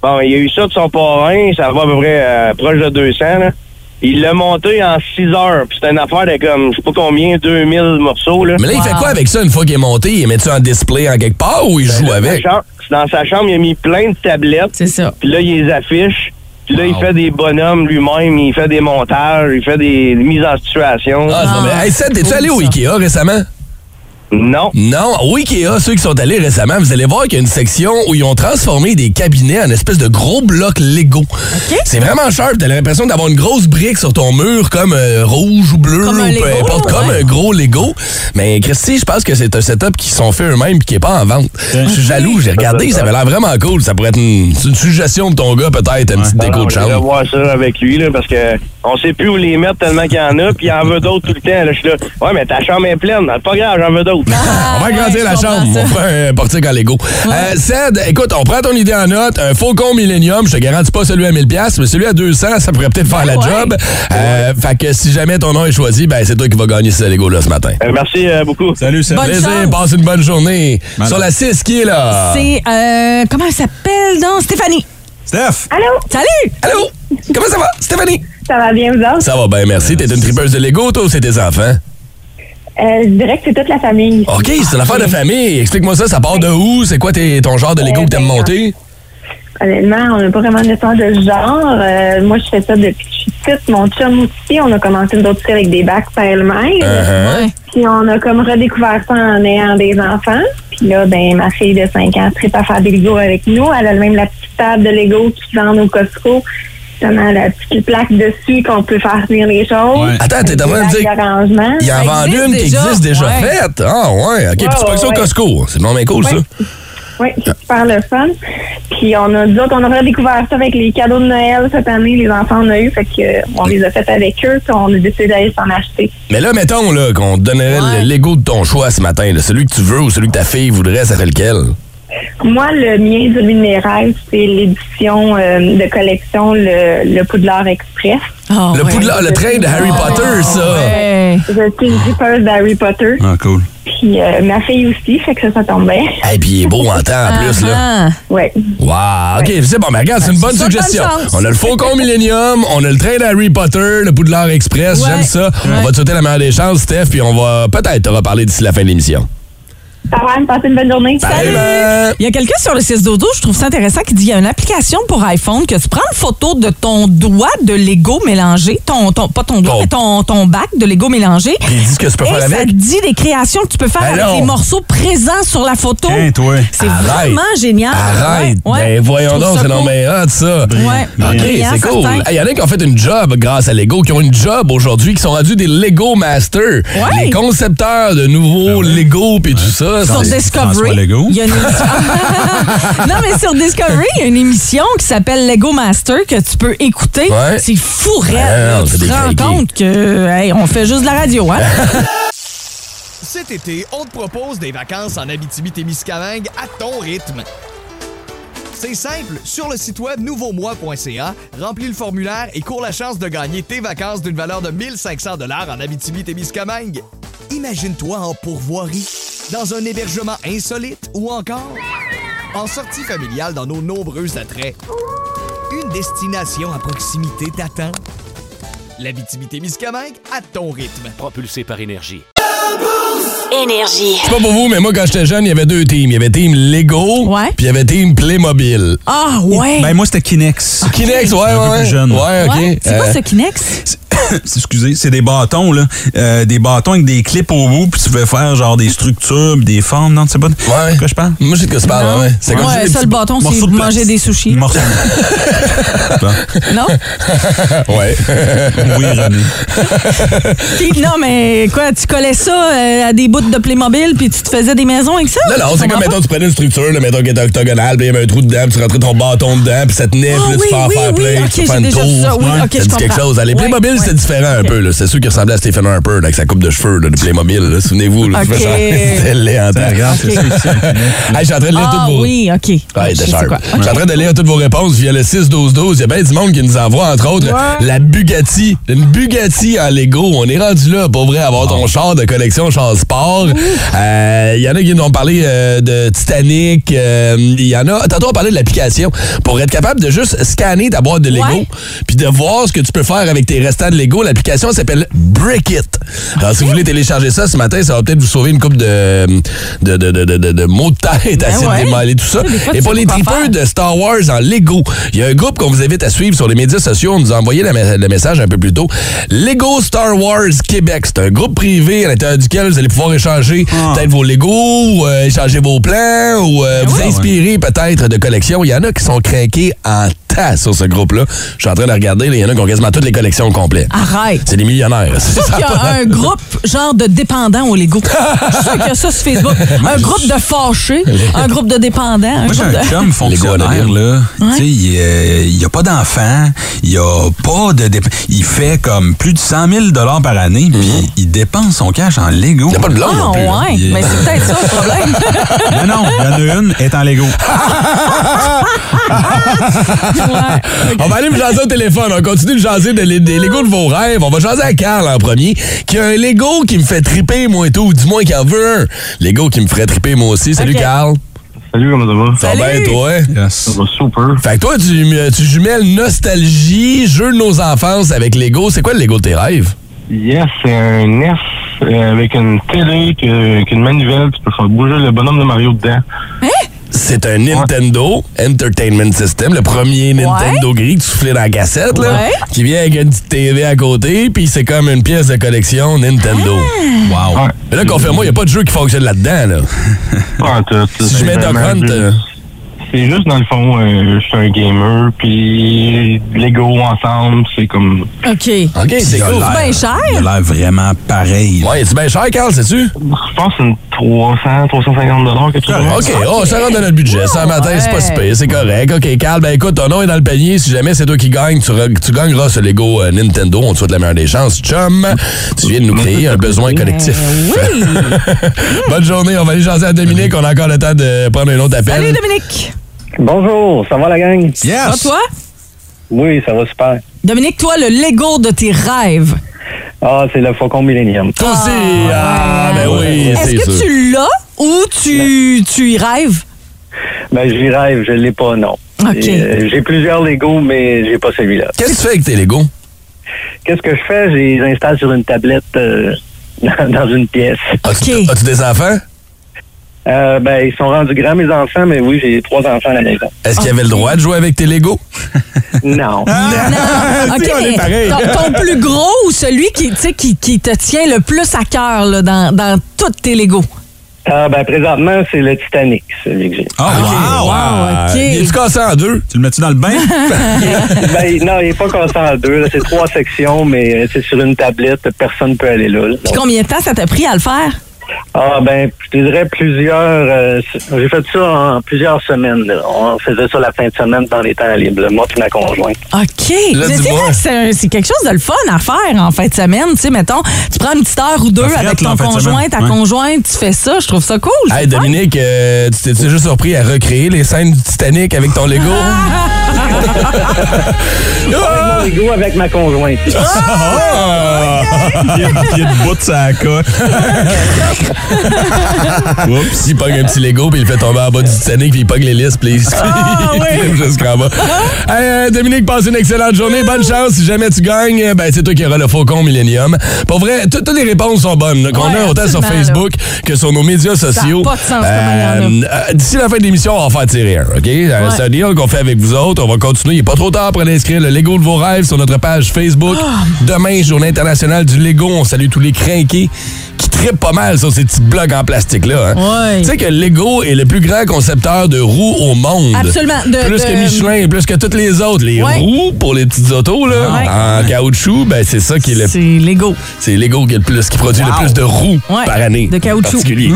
S5: Bon, il y a eu ça de son parrain, ça va à peu près euh, proche de 200, là. Il l'a monté en 6 heures, puis c'était une affaire de comme, je sais pas combien, 2000 morceaux, là.
S1: Mais là, il fait quoi avec ça une fois qu'il est monté? Il met ça en display en quelque part ou il joue
S5: Ben, Sa
S1: avec?
S5: chambre- dans sa chambre, il a mis plein de tablettes,
S2: C'est ça.
S5: puis là, il les affiche. Puis là, il fait des bonhommes lui-même, il fait des montages, il fait des mises en situation.
S1: Ah, non, mais, hey, Seth, t'es-tu allé au Ikea récemment?
S5: Non.
S1: Non, au Ikea, ceux qui sont allés récemment, vous allez voir qu'il y a une section où ils ont transformé des cabinets en espèce de gros blocs Lego. C'est vraiment sharp, t'as l'impression d'avoir une grosse brique sur ton mur comme euh, rouge ou bleu
S2: Comme un
S1: ou peu
S2: Lego,
S1: importe, comme
S2: ouais.
S1: un gros Lego. Mais Christy, je pense que c'est un setup qui sont faits eux-mêmes et qui est pas en vente. Je suis jaloux, j'ai regardé, ça avait l'air vraiment cool. Ça pourrait être une, c'est une suggestion de ton gars peut-être, une petite déco
S5: Alors,
S1: de
S5: je vais
S1: chambre.
S5: voir ça avec lui, là, parce que on sait plus où les mettre tellement qu'il y en a, puis il en veut d'autres tout le temps. Là, je suis là, ouais, mais ta chambre est pleine. Ah, Pas grave, j'en veux d'autres.
S1: On va
S2: Ah, ouais,
S1: agrandir
S2: je
S1: la
S2: comprends
S1: chambre.
S2: ça.
S1: On va faire un portique en Lego. Euh, Ced, écoute, on prend ton idée en note. Un Faucon Millennium, je te garantis pas celui à 1000$, mais celui à 200$, ça pourrait peut-être faire la
S2: Ben ouais.
S1: job. Euh, Fait que si jamais ton nom est choisi, ben c'est toi qui vas gagner ce Lego-là ce matin.
S5: Euh, merci euh, beaucoup.
S3: Salut, Ced.
S2: Bonne
S1: Plaisir,
S2: chance.
S1: passe une bonne journée.
S3: Madame.
S1: Sur la 6, qui est là?
S2: C'est. euh, comment elle s'appelle, non? Stéphanie.
S3: Steph!
S8: Allô?
S2: Salut!
S1: Allô? Comment ça va? Stéphanie?
S8: Ça va bien, vous autres?
S1: Ça va bien, merci. T'es une tripeuse de Lego, toi, ou c'est tes enfants?
S8: Euh, je dirais que c'est toute la famille.
S1: OK, c'est une affaire
S2: Ah,
S1: de famille. Explique-moi ça, ça part de où? C'est quoi tes- ton genre de Lego que
S2: Eh
S1: t'aimes
S2: ben,
S1: monter?
S8: Honnêtement, on n'a pas vraiment de temps de ce genre. Euh, moi, je fais ça depuis que je suis petite. Mon chum aussi, on a commencé une autre série avec des bacs par elle-même.
S1: Uh-huh.
S8: Puis on a comme redécouvert ça en ayant des enfants. Puis là, ben, ma fille de 5 ans tripe à faire des Legos avec nous. Elle a même la petite table de Lego qui vend au Costco. justement la petite plaque dessus qu'on peut faire tenir les choses.
S3: Ouais.
S1: Attends, t'es en train de dire-
S8: L'arrangement.
S1: Il y en
S2: Ça
S1: vend
S2: existe
S1: une qui
S2: déjà.
S1: existe déjà
S2: Ouais.
S1: faite. Ah, ouais. OK, puis tu peux
S8: ouais,
S1: ça au
S8: ouais.
S1: Costco. C'est non, mais cool, ça.
S8: Ouais. Oui, c'est super le fun. Puis on a d'autres, on a redécouvert ça avec les cadeaux de Noël cette année. Les enfants, on a eu, fait que euh, on les a fait avec eux, puis on a décidé d'aller s'en acheter.
S1: Mais là, mettons là, qu'on te donnerait le- l'ego de ton choix ce matin. là. Celui que tu veux ou celui que ta fille voudrait, ça serait lequel?
S8: Moi, le mien, celui de mes rêves, c'est l'édition euh, de collection le, le Poudlard Express.
S2: Ah,
S1: le
S2: ouais.
S1: Poudlard- le train de Harry Potter, ça.
S2: Ouais.
S8: Je suis une zippeuse d'Harry Potter,
S3: Ah, cool.
S8: puis euh, ma fille aussi, fait que ça, ça tombe bien.
S1: Et puis il est beau en temps, en plus, là.
S2: Ah,
S8: Ouais.
S1: Wow, OK, c'est bon. Mais regarde, c'est une bonne
S2: c'est ça, bonne
S1: suggestion.
S2: chance.
S1: on a le Faucon Millennium, on a le train d'Harry Potter, le Poudlard Express.
S2: Ouais.
S1: J'aime ça. On va te souhaiter la meilleure des chances, Steph, puis on va peut-être te reparler d'ici la fin de l'émission.
S8: Ça va, passez une bonne journée.
S1: Bye, man.
S2: Il y a quelqu'un sur le 6 dodo, je trouve ça intéressant, qui dit qu'il y a une application pour iPhone que tu prends une photo de ton doigt de Lego mélangé, ton, ton- pas ton doigt,
S1: Ton-
S2: mais ton, ton bac de Lego mélangé.
S1: Puis il dit ce que tu peux
S2: Et
S1: faire
S2: ça
S1: avec. Ben
S2: te dit des créations que tu peux faire
S1: Alors.
S2: avec les morceaux présents sur la photo.
S3: Tiens, toi.
S2: C'est
S1: Hein, Arrête.
S2: vraiment génial.
S1: Arrête!
S2: Ouais, ouais.
S1: Ben
S2: Je
S1: voyons
S2: trouve
S1: donc,
S2: ça
S1: c'est non
S2: cool.
S1: mais hot, ça!
S2: Ouais.
S1: OK,
S2: Brillant,
S1: c'est cool!
S2: certain.
S1: Il y en a qui ont fait une job grâce à Lego, qui ont une job aujourd'hui, qui sont rendus des Lego Masters.
S2: Ouais. Ah
S1: Les concepteurs de nouveaux Lego puis tout ça.
S2: Sur
S1: c'est-
S3: François
S2: Discovery,
S3: Legault.
S2: il y a
S3: [LAUGHS]
S2: une Ah! émission- [LAUGHS] non mais sur Discovery, il y a une émission qui s'appelle Lego Master que tu peux écouter.
S1: Ouais.
S2: C'est fou raide.
S1: Ah,
S2: là.
S1: c'est
S2: tu te
S1: des
S2: rends
S1: craqués.
S2: compte que hey, on fait juste de la radio, hein?
S9: Cet été, on te propose des vacances en Abitibi-Témiscamingue à ton rythme. C'est simple, sur le site web nouveaumois.ca, remplis le formulaire et cours la chance de gagner tes vacances d'une valeur de 1500 dollars en Abitibi-Témiscamingue. Imagine-toi en pourvoirie, dans un hébergement insolite ou encore en sortie familiale dans nos nombreux attraits. Une destination à proximité t'attend. L'Abitibi-Témiscamingue à ton rythme.
S4: Propulsé par énergie.
S6: énergie,
S1: C'est pas pour vous, mais moi, quand j'étais jeune, il y avait deux teams. Il y avait team Lego,
S2: Ouais.
S1: puis il y avait team Playmobil.
S2: Ah ouais.
S3: Ben, moi, c'était Kinex.
S1: [LAUGHS] Kinex, ouais, ouais.
S3: peu
S1: ouais.
S3: plus jeune.
S1: Ouais, OK.
S2: Ouais. C'est
S1: Euh,
S2: quoi ce Kinex?
S3: C'est- [COUGHS] Excusez, c'est des bâtons, là. Euh, des bâtons avec des clips au bout, puis tu veux faire genre des structures, puis des formes. Non, tu sais pas de
S1: Ouais.
S3: de quoi je parle?
S1: Moi, je sais de quoi tu parles, ouais. C'est comme
S2: Ouais,
S1: si-
S2: ça le bâton, c'est
S3: Morceau de
S2: manger
S3: plastique.
S2: des sushis. [LAUGHS]
S3: Morceau de- Bon,
S2: Non?
S1: Ouais.
S3: Oui, René.
S2: Puis- non, mais quoi, tu collais ça euh, à des bouts de Playmobil puis tu te faisais des maisons avec ça?
S1: Non, non, c'est
S2: Je
S1: comme,
S2: comprends
S1: mettons, tu prenais une structure, là, mettons, qui était octogonale, puis il y avait un trou dedans, puis tu rentrais ton bâton dedans, puis ça tenait,
S2: Ah
S1: puis là,
S2: oui,
S1: tu fais
S2: oui,
S1: faire
S2: oui,
S1: plein,
S2: ok,
S1: tu fais
S2: j'ai
S1: une
S2: déjà vu
S1: tour.
S2: ça, oui, ok, je
S1: dit quelque
S2: comprends.
S1: chose. Allez,
S2: Ouais,
S1: Playmobil,
S2: ouais.
S1: c'est différent un peu, là. C'est sûr qu'il ressemblait à Stephen Harper, là, avec sa coupe de cheveux, là, de Playmobil, là. Souvenez-vous, là.
S2: Ok.
S1: [LAUGHS] C'était laid en temps.
S3: Regarde, c'est ça ici.
S1: Hey, je suis en train de lire
S2: Ah
S1: toutes vos.
S2: oui, OK.
S1: Ouais,
S2: Je
S1: t'es
S2: sais
S1: sharp.
S2: quoi.
S1: Je suis en train de lire toutes vos réponses via le 6-12-12. Il y a bien du monde qui nous envoie, entre autres,
S2: Ouais.
S1: la Bugatti. Une Bugatti en Lego. On est rendu là, pour vrai, avoir ton char de collection char sport. Euh, Il y en a qui nous ont parlé euh, de Titanic. Euh, Il y en a... Tantôt, on parlait de l'application. Pour être capable de juste scanner ta boîte de Lego,
S2: Ouais.
S1: puis de voir ce que tu peux faire avec tes restants de Lego, l'application s'appelle Brickit. Alors, si vous voulez télécharger ça ce matin, ça va peut-être vous sauver une coupe de, de, de, de, de, de- de mots de tête à
S2: Ben
S1: essayer de
S2: ouais.
S1: démêler tout ça.
S2: Des fois, tu
S1: Et pour
S2: sais
S1: les
S2: pas quoi
S1: tripeux
S2: faire.
S1: de Star Wars en Lego, il y a un groupe qu'on vous invite à suivre sur les médias sociaux. On nous a envoyé la me- le message un peu plus tôt. Lego Star Wars Québec. C'est un groupe privé à l'intérieur duquel vous allez pouvoir échanger
S2: Ah.
S1: peut-être vos Lego, ou, euh, échanger vos plans ou
S2: Ben
S1: euh, vous inspirer peut-être de collections. Il y en a qui sont craqués en tas sur ce groupe-là. Je suis en train de regarder. là, Il y en a qui ont quasiment toutes les collections au complet.
S2: Arrête.
S1: [LAUGHS] C'est des millionnaires.
S2: Je suis
S1: [LAUGHS] Ça
S2: sûre
S1: a
S2: qu'il y
S1: pas
S2: a un
S1: d'allure.
S2: groupe genre de dépendants au
S1: [LAUGHS]
S2: Lego. Je suis sûre qu'il y a ça sur Facebook. Un groupe de fâchés, un groupe de dépendants. Un
S3: Moi, j'ai
S2: groupe
S3: un
S2: de...
S3: chum fonctionnaire,
S1: anonymes.
S3: là. Tu sais, il euh, il a pas d'enfant, il a pas de... dép- Il fait comme plus de 100 000 par année, puis il dépense son cash en Lego.
S1: Mhm. Il n'y a pas de blonde
S2: Ah,
S1: non plus. hein.
S2: ouais.
S3: Il-
S2: Mais c'est peut-être
S1: [LAUGHS]
S2: ça le problème.
S3: Non, non, il y en a une, elle est en Lego.
S2: Ouais.
S1: On va aller me jaser au téléphone. On continue de jaser de les- des Legos de vos rêves. On va jaser à Carl en premier, qui a un Lego qui me fait triper, moi et tout, ou du moins qui en veut un. Lego qui me ferait triper, moi aussi. Salut,
S2: Ok.
S1: Carl.
S5: Salut, comment ça va?
S1: Ça va
S2: Salut.
S1: bien, toi? hein?
S3: Yes.
S5: va super.
S1: Fait que toi, tu, euh, tu jumelles nostalgie, jeu de nos enfances avec Lego. C'est quoi le Lego de tes rêves?
S5: Yes, c'est un NES euh, avec une télé, que- qu'une manivelle, tu peux faire bouger le bonhomme de Mario dedans.
S2: Hein?
S1: C'est un Nintendo Entertainment System, le premier Nintendo gris que tu soufflais dans la cassette, là,
S2: Ouais.
S1: qui vient avec une petite TV à côté, puis c'est comme une pièce de collection Nintendo. Wow.
S5: Ouais.
S1: Mais
S5: [LAUGHS]
S1: là, confirme-moi, il n'y a pas de jeu qui fonctionne là-dedans. Là.
S5: Pas en tout.
S1: Si je mets Doc Hunt, euh,
S5: C'est juste, dans le fond, euh, je suis un gamer, puis Lego ensemble, c'est comme...
S2: OK.
S1: OK, c'est
S3: Il a
S1: cool.
S3: l'air-
S2: bien cher.
S3: Il a l'air vraiment pareil.
S1: Ouais, c'est bien cher, Carl, sais-tu?
S5: Je pense que c'est une
S1: [LAUGHS]
S5: 300, 350 dollars, quelque chose. comme ça.
S1: OK, oh, ça rentre dans notre budget. Ça, un matin, c'est pas si pire, c'est correct. OK, Carl, ben écoute, ton nom est dans le panier. Si jamais c'est toi qui gagne, tu, re- tu gagneras ce Lego euh, Nintendo. On te souhaite la meilleure des chances. Chum, tu viens de nous créer un besoin collectif.
S2: Ben Oui.
S1: [LAUGHS] Bonne journée. On va aller jaser à Dominique. On a encore le temps de prendre un autre appel.
S2: Salut, Dominique.
S5: Bonjour, ça va la gang?
S2: Ça va,
S3: Yes!
S2: toi?
S5: Oui, ça va super.
S2: Dominique, toi, le Lego de tes rêves.
S5: Ah, c'est le Faucon Millennium.
S1: Toi aussi! Ah, ben oui,
S2: Est-ce
S1: c'est
S2: que
S1: sûr.
S2: tu l'as ou tu, tu y
S1: [LAUGHS]
S2: rêves?
S5: Ben, j'y rêve, je l'ai pas, non.
S2: OK.
S5: Et, euh, J'ai plusieurs Lego, mais j'ai pas celui-là.
S1: Qu'est-ce que tu fais avec tes Legos?
S5: Qu'est-ce que je fais? Je les installe sur une tablette euh, [LAUGHS] dans dans une pièce.
S1: As-tu
S2: OK.
S1: as-tu des enfants?
S5: Euh, ben, ils sont rendus grands, mes enfants, mais oui, j'ai trois enfants à la maison.
S1: Est-ce qu'il y avait le droit de jouer avec tes Legos?
S5: [LAUGHS] Non.
S3: Ah, [LAUGHS]
S2: Non.
S1: Si, on est pareil.
S2: ton, ton plus gros ou celui qui, tu sais, qui, qui te tient le plus à cœur là, dans, dans tous tes Legos?
S5: Ah, ben, présentement, c'est le Titanic, celui que j'ai.
S3: Oh,
S1: Ah,
S3: wow!
S2: Ah, OK.
S5: [LAUGHS]
S1: tu cassé en deux?
S3: Euh, Tu le mets-tu
S2: [LAUGHS]
S3: dans le bain?
S5: Ben, il- non, il n'est pas cassé en deux. là. C'est trois sections, mais euh, c'est sur une tablette. Personne ne peut aller là. là.
S2: Puis combien de temps ça t'a pris à le faire?
S5: Ah, ben, je te dirais plusieurs... euh, j'ai fait ça en plusieurs semaines. là. On faisait ça la fin de semaine dans les temps libres, là, moi et ma conjointe.
S2: OK.
S1: Là,
S2: Mais c'est
S1: dis-moi.
S2: vrai que c'est un- c'est quelque chose de le fun à faire en fin de semaine. Tu sais, mettons, tu prends une petite heure ou deux
S3: frette,
S2: avec
S3: là, en
S2: ton
S3: fin de
S2: conjoint,
S3: semaine.
S2: ta
S3: Ouais.
S2: conjointe, tu fais ça. Je trouve ça cool. c'est
S1: Hey,
S2: fun.
S1: Dominique, euh, tu t'es-tu juste surpris à recréer les scènes du Titanic avec
S2: [LAUGHS]
S1: ton Lego?
S5: Mon Lego avec ma conjointe.
S2: Oh
S1: Ah! [LAUGHS]
S3: Il y a de bout de sa coche.
S1: [LAUGHS] Oups, il pogne un petit Lego, puis il le fait tomber en bas du Titanic, puis il pogne les listes, puis [LAUGHS] il
S2: Ah
S1: se jusqu'en bas. Hey, euh, Dominique, passe une excellente journée. Bonne chance. Si jamais tu gagnes, euh, ben, c'est toi qui auras le Faucon Millennium. Pour vrai, toutes toutes les réponses sont bonnes. là, Qu'on
S2: Ouais,
S1: a autant sur
S2: absolument, là.
S1: Facebook que sur nos médias sociaux.
S2: pas de sens, comment il y
S1: euh, D'ici la fin de l'émission, on va en faire tirer un, OK? Euh, C'est un deal qu'on fait avec vous autres. On va continuer. Il n'est pas trop tard pour aller inscrire le Lego de vos rêves sur notre page Facebook.
S2: Oh,
S1: Demain, Journée internationale du Lego. On salue tous les crinqués qui trippent pas mal sur ces petits blogs en plastique-là. hein.
S2: Ouais.
S1: Tu sais que Lego est le plus grand concepteur de roues au monde.
S2: Absolument. De-
S1: plus
S2: de-
S1: que Michelin, plus que toutes les autres. Les
S2: Ouais.
S1: roues pour les petites autos, là, en caoutchouc, ben, c'est ça qui est le
S2: C'est Lego.
S1: c'est Lego qui, est le plus, qui produit le plus de roues
S2: Ouais,
S1: par année.
S2: de caoutchouc. Hein?
S1: Particulier.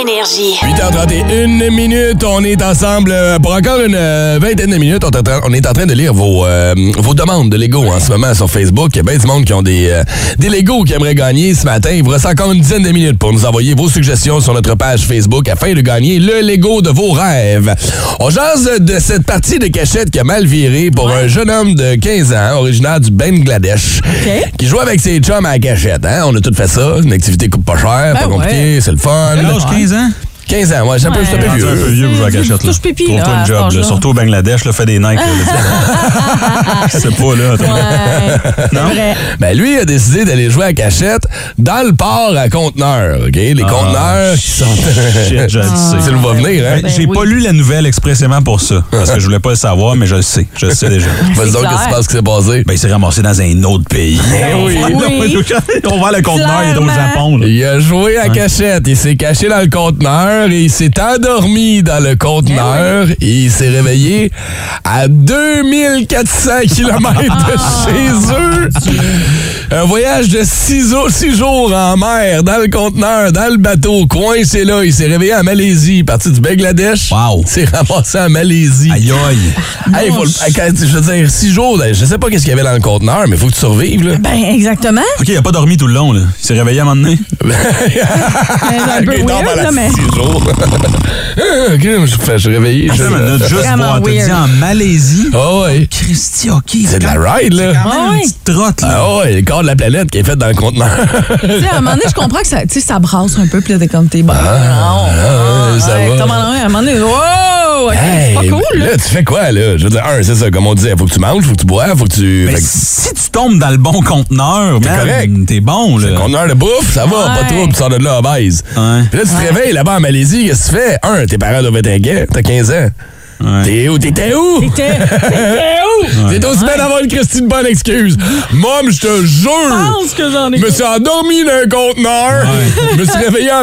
S6: énergie,
S1: [LAUGHS] 8h31 minutes, on est ensemble euh, pour encore une euh, vingtaine de minutes. On, est en train- on est en train de lire vos, euh, vos demandes de Lego en ce moment sur Facebook. Il y a bien du monde qui ont des, euh, des Lego qui aimeraient gagner ce matin. Il vous reste encore une dizaine de minutes pour nous envoyer vos suggestions sur notre page Facebook afin de gagner le Lego de vos rêves. On jase de cette partie de cachette qui a mal viré pour un jeune homme de 15 ans, originaire du Bangladesh,
S2: OK.
S1: qui joue avec ses chums à la cachette. hein. On a tout fait ça. Une activité coûte pas cher, pas
S2: Ben ouais.
S1: compliqué, c'est le fun.
S3: L'âge 15 ans?
S1: 15 ans, ouais, j'ai un peu,
S2: Ouais.
S1: j'étais un peu
S3: Rendu un
S1: vieux.
S3: peu vieux pour jouer à la
S2: C'est du
S3: cachette. là.
S2: touche-pipi,
S3: Trouve-toi
S2: là, à
S3: une
S2: cet
S3: job,
S2: âge-là.
S3: là. surtout au Bangladesh, là, fais des Nike. [LAUGHS]
S1: [LAUGHS]
S3: là. C'est pas là. attends.
S2: Ouais. C'est
S3: Non?
S2: vrai.
S1: Ben lui il a décidé d'aller jouer à cachette dans le port à conteneurs, OK? Les conteneurs qui
S3: [LAUGHS]
S1: sont...
S3: Ah, Shit,
S1: [LAUGHS]
S3: je le sais.
S1: Tu le vois Ah. venir, hein?
S2: Ben
S3: J'ai
S2: oui.
S3: pas lu la nouvelle expressément pour ça, parce que je voulais pas le savoir, mais je le sais. Je le sais déjà.
S1: [LAUGHS] Vas-y donc,
S2: clair.
S1: qu'est-ce qui se passe, qui s'est passé?
S3: Ben, il s'est ramassé dans un autre
S1: [LAUGHS]
S3: pays.
S2: Eh oui. Oui.
S3: On va le conteneur, il est au
S2: Clairement.
S3: Japon. là.
S1: Il a joué à cachette, il s'est caché dans le conteneur et il s'est endormi dans le conteneur
S2: Eh
S1: et il s'est réveillé à 2400
S2: [LAUGHS]
S1: km de chez
S2: Ah.
S1: eux. Un voyage de 6 jours en mer, dans le conteneur, dans le bateau, coincé là. Il s'est réveillé en Malaisie, parti du Bangladesh.
S3: Wow.
S1: Il s'est ramassé en Malaisie.
S3: Aïe aïe.
S1: Hey, faut le- quand- je veux dire, 6 jours, ben, je sais pas qu'est-ce qu'il y avait dans le conteneur, mais faut que tu survives, là.
S2: Ben,
S1: [LAUGHS]
S2: exactement.
S3: OK, il a pas dormi tout le long. Là. Il s'est réveillé à un moment donné.
S2: C'est un peu
S1: Ben, Il dort
S2: weird,
S1: pendant
S2: là, mais.
S1: six jours. Ah, [LAUGHS] ok, je me fais- je suis réveillé. je-
S3: Attends une minute, Ah, juste
S2: Vraiment
S3: voir. T'as
S2: weird.
S3: dit en Malaisie?
S1: Ah ouais.
S3: Christy, OK.
S1: C'est de la ride, là.
S3: quand même
S2: Ouais.
S3: une petite trotte. Là.
S1: Ah ouais, le corps de la planète qui est fait dans le conteneur. [LAUGHS] Ah,
S2: Tu sais, à un moment donné, je comprends que ça, tu sais, ça brasse un peu, puis là, t'es comme t'es bon.
S1: Ah.
S2: non,
S1: ouais, ça va.
S2: t'as mal à un, à un moment donné, wow! ok, Ah, c'est pas
S1: Hey,
S2: cool, là.
S1: là, tu fais quoi, là? Je veux dire, un, c'est ça, comme on disait, faut que tu manges, faut que tu bois, faut que tu.
S3: Mais
S1: fait que
S3: si tu tombes dans le bon conteneur, man,
S1: correct.
S3: t'es bon. Là.
S1: conteneur de bouffe, ça va, Ah, pas
S2: Ouais.
S1: trop, puis tu sors de là à base.
S3: Ouais.
S1: Puis là, tu te réveilles là-bas en Malaisie, qu'est-ce que tu fais? Un, tes parents doivent être inquiets, t'as 15 ans.
S3: Ouais.
S1: T'es où? T'étais où? [LAUGHS]
S2: T'es- t'es où?
S1: vous! C'est aussi bien d'avoir une Christine bonne excuse. Mom, je te jure! Je
S2: pense que j'en ai.
S1: me suis endormi d'un conteneur.
S3: Ouais.
S1: Je me suis réveillé en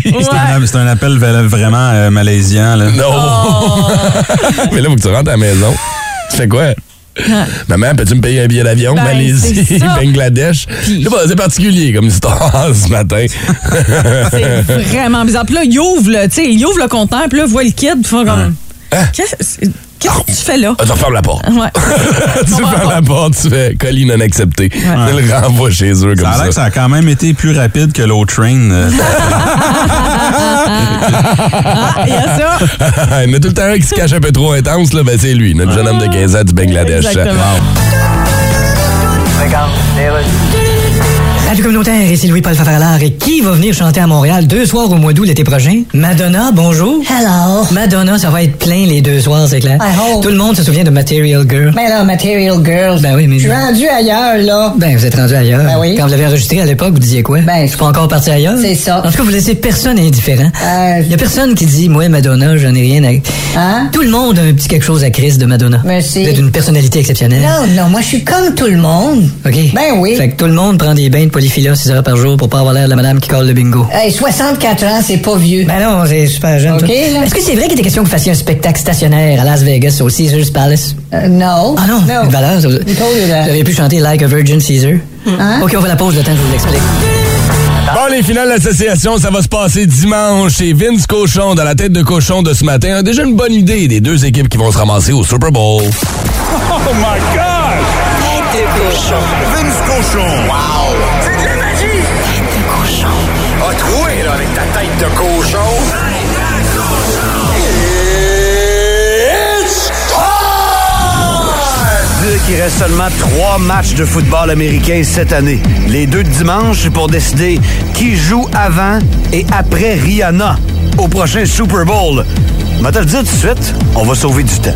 S3: [LAUGHS] C'est un, c'est un appel va- vraiment euh, malaisien. Là.
S1: Non!
S2: Oh.
S1: [LAUGHS] Mais là, faut que tu rentres à la maison. Tu fais quoi? Maman, peux-tu me payer un billet d'avion?
S2: Ben,
S1: Malaisie,
S2: c'est ça.
S1: Bangladesh. Je sais pas, C'est particulier comme histoire [LAUGHS] ce matin.
S2: C'est vraiment bizarre. Puis là, il ouvre le, tu sais, il ouvre le conteneur, puis là, voit le kid, puis font comme. Qu'est-ce qu'est-ce que tu fais là?
S1: Hein. Ah, tu refermes la porte.
S2: Ouais.
S1: tu fermes la porte, tu fais colis non accepté. Tu le renvoies chez eux comme
S3: Ça a l'air
S1: ça.
S3: que ça a quand même été plus rapide que l'autre train. euh.
S2: Ah, il y a ça.
S1: [LAUGHS] Il y en a tout le temps un qui se cache un peu trop intense, là, ben c'est lui, notre jeune homme de 15 ans du Bangladesh.
S2: Exactement.
S10: Radio communautaire, ici Louis-Paul Favaralard. Et qui va venir chanter à Montréal deux soirs au mois d'août l'été prochain? Madonna, bonjour. Hello. Madonna, ça va être plein les deux soirs, c'est clair. Tout le monde se souvient de Material Girl. Ben là, Material Girl. Ben oui, mais... Je suis rendu ailleurs, là. Ben, vous êtes rendu ailleurs. Ben oui. Quand vous l'avez enregistré à l'époque, vous disiez quoi? Ben, je suis pas encore parti ailleurs. C'est ça. En tout cas, vous laissez personne indifférent. Il y a personne qui dit, moi, Madonna, j'en ai rien à... Hein? Tout le monde a un petit quelque chose à Chris de Madonna. Merci. Vous êtes une personnalité exceptionnelle.
S11: Non, non, moi je suis comme tout le monde.
S10: OK.
S11: Ben oui.
S10: Fait que tout le monde prend des bains de polyphylla 6 heures par jour pour pas avoir l'air de la madame qui colle le bingo.
S11: Hey, 64 ans, c'est pas vieux.
S10: Ben non, c'est super jeune.
S11: OK,
S10: toi.
S11: là.
S10: Est-ce que c'est vrai qu'il était question que vous fassiez un spectacle stationnaire à Las Vegas au Caesars Palace?
S11: Euh, non.
S10: Ah non, une euh, valeur. ça.
S11: You told you that.
S10: Vous avez pu chanter Like a Virgin Caesar?
S11: Hein?
S10: OK, on va la pause le temps, que je vous l'explique.
S1: Bon, les finales d'association, ça va se passer dimanche chez Vince Cochon, dans la tête de cochon de ce matin. On a déjà une bonne idée des deux équipes qui vont se ramasser au Super Bowl.
S12: Oh Vince Cochon. Wow! C'est de la magie! Tête de cochon. Ah, troué, là, avec ta tête de cochon. It's time!
S13: dire qu'il reste seulement trois matchs de football américain cette année. Les deux de dimanche pour décider qui joue avant et après Rihanna au prochain Super Bowl. Mais te le dire tout de suite, on va sauver du temps.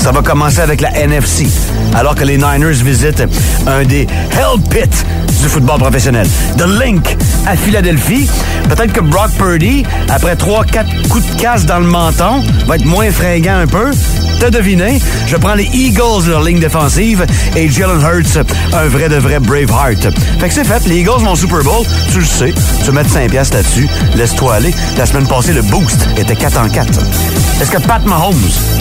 S13: Ça va commencer avec la NFC, alors que les Niners visitent un des Hell Pits du football professionnel. The Link à Philadelphie. Peut-être que Brock Purdy, après 3-4 coups de casse dans le menton, va être moins fringant un peu. T'as deviné, je prends les Eagles, leur ligne défensive, et Jalen Hurts, un vrai de vrai Braveheart. Fait que c'est fait, les Eagles vont au Super Bowl, tu le sais, tu veux mettre 5 piastres là-dessus, laisse-toi aller. La semaine passée, le boost était 4 en 4. Est-ce que Pat Mahomes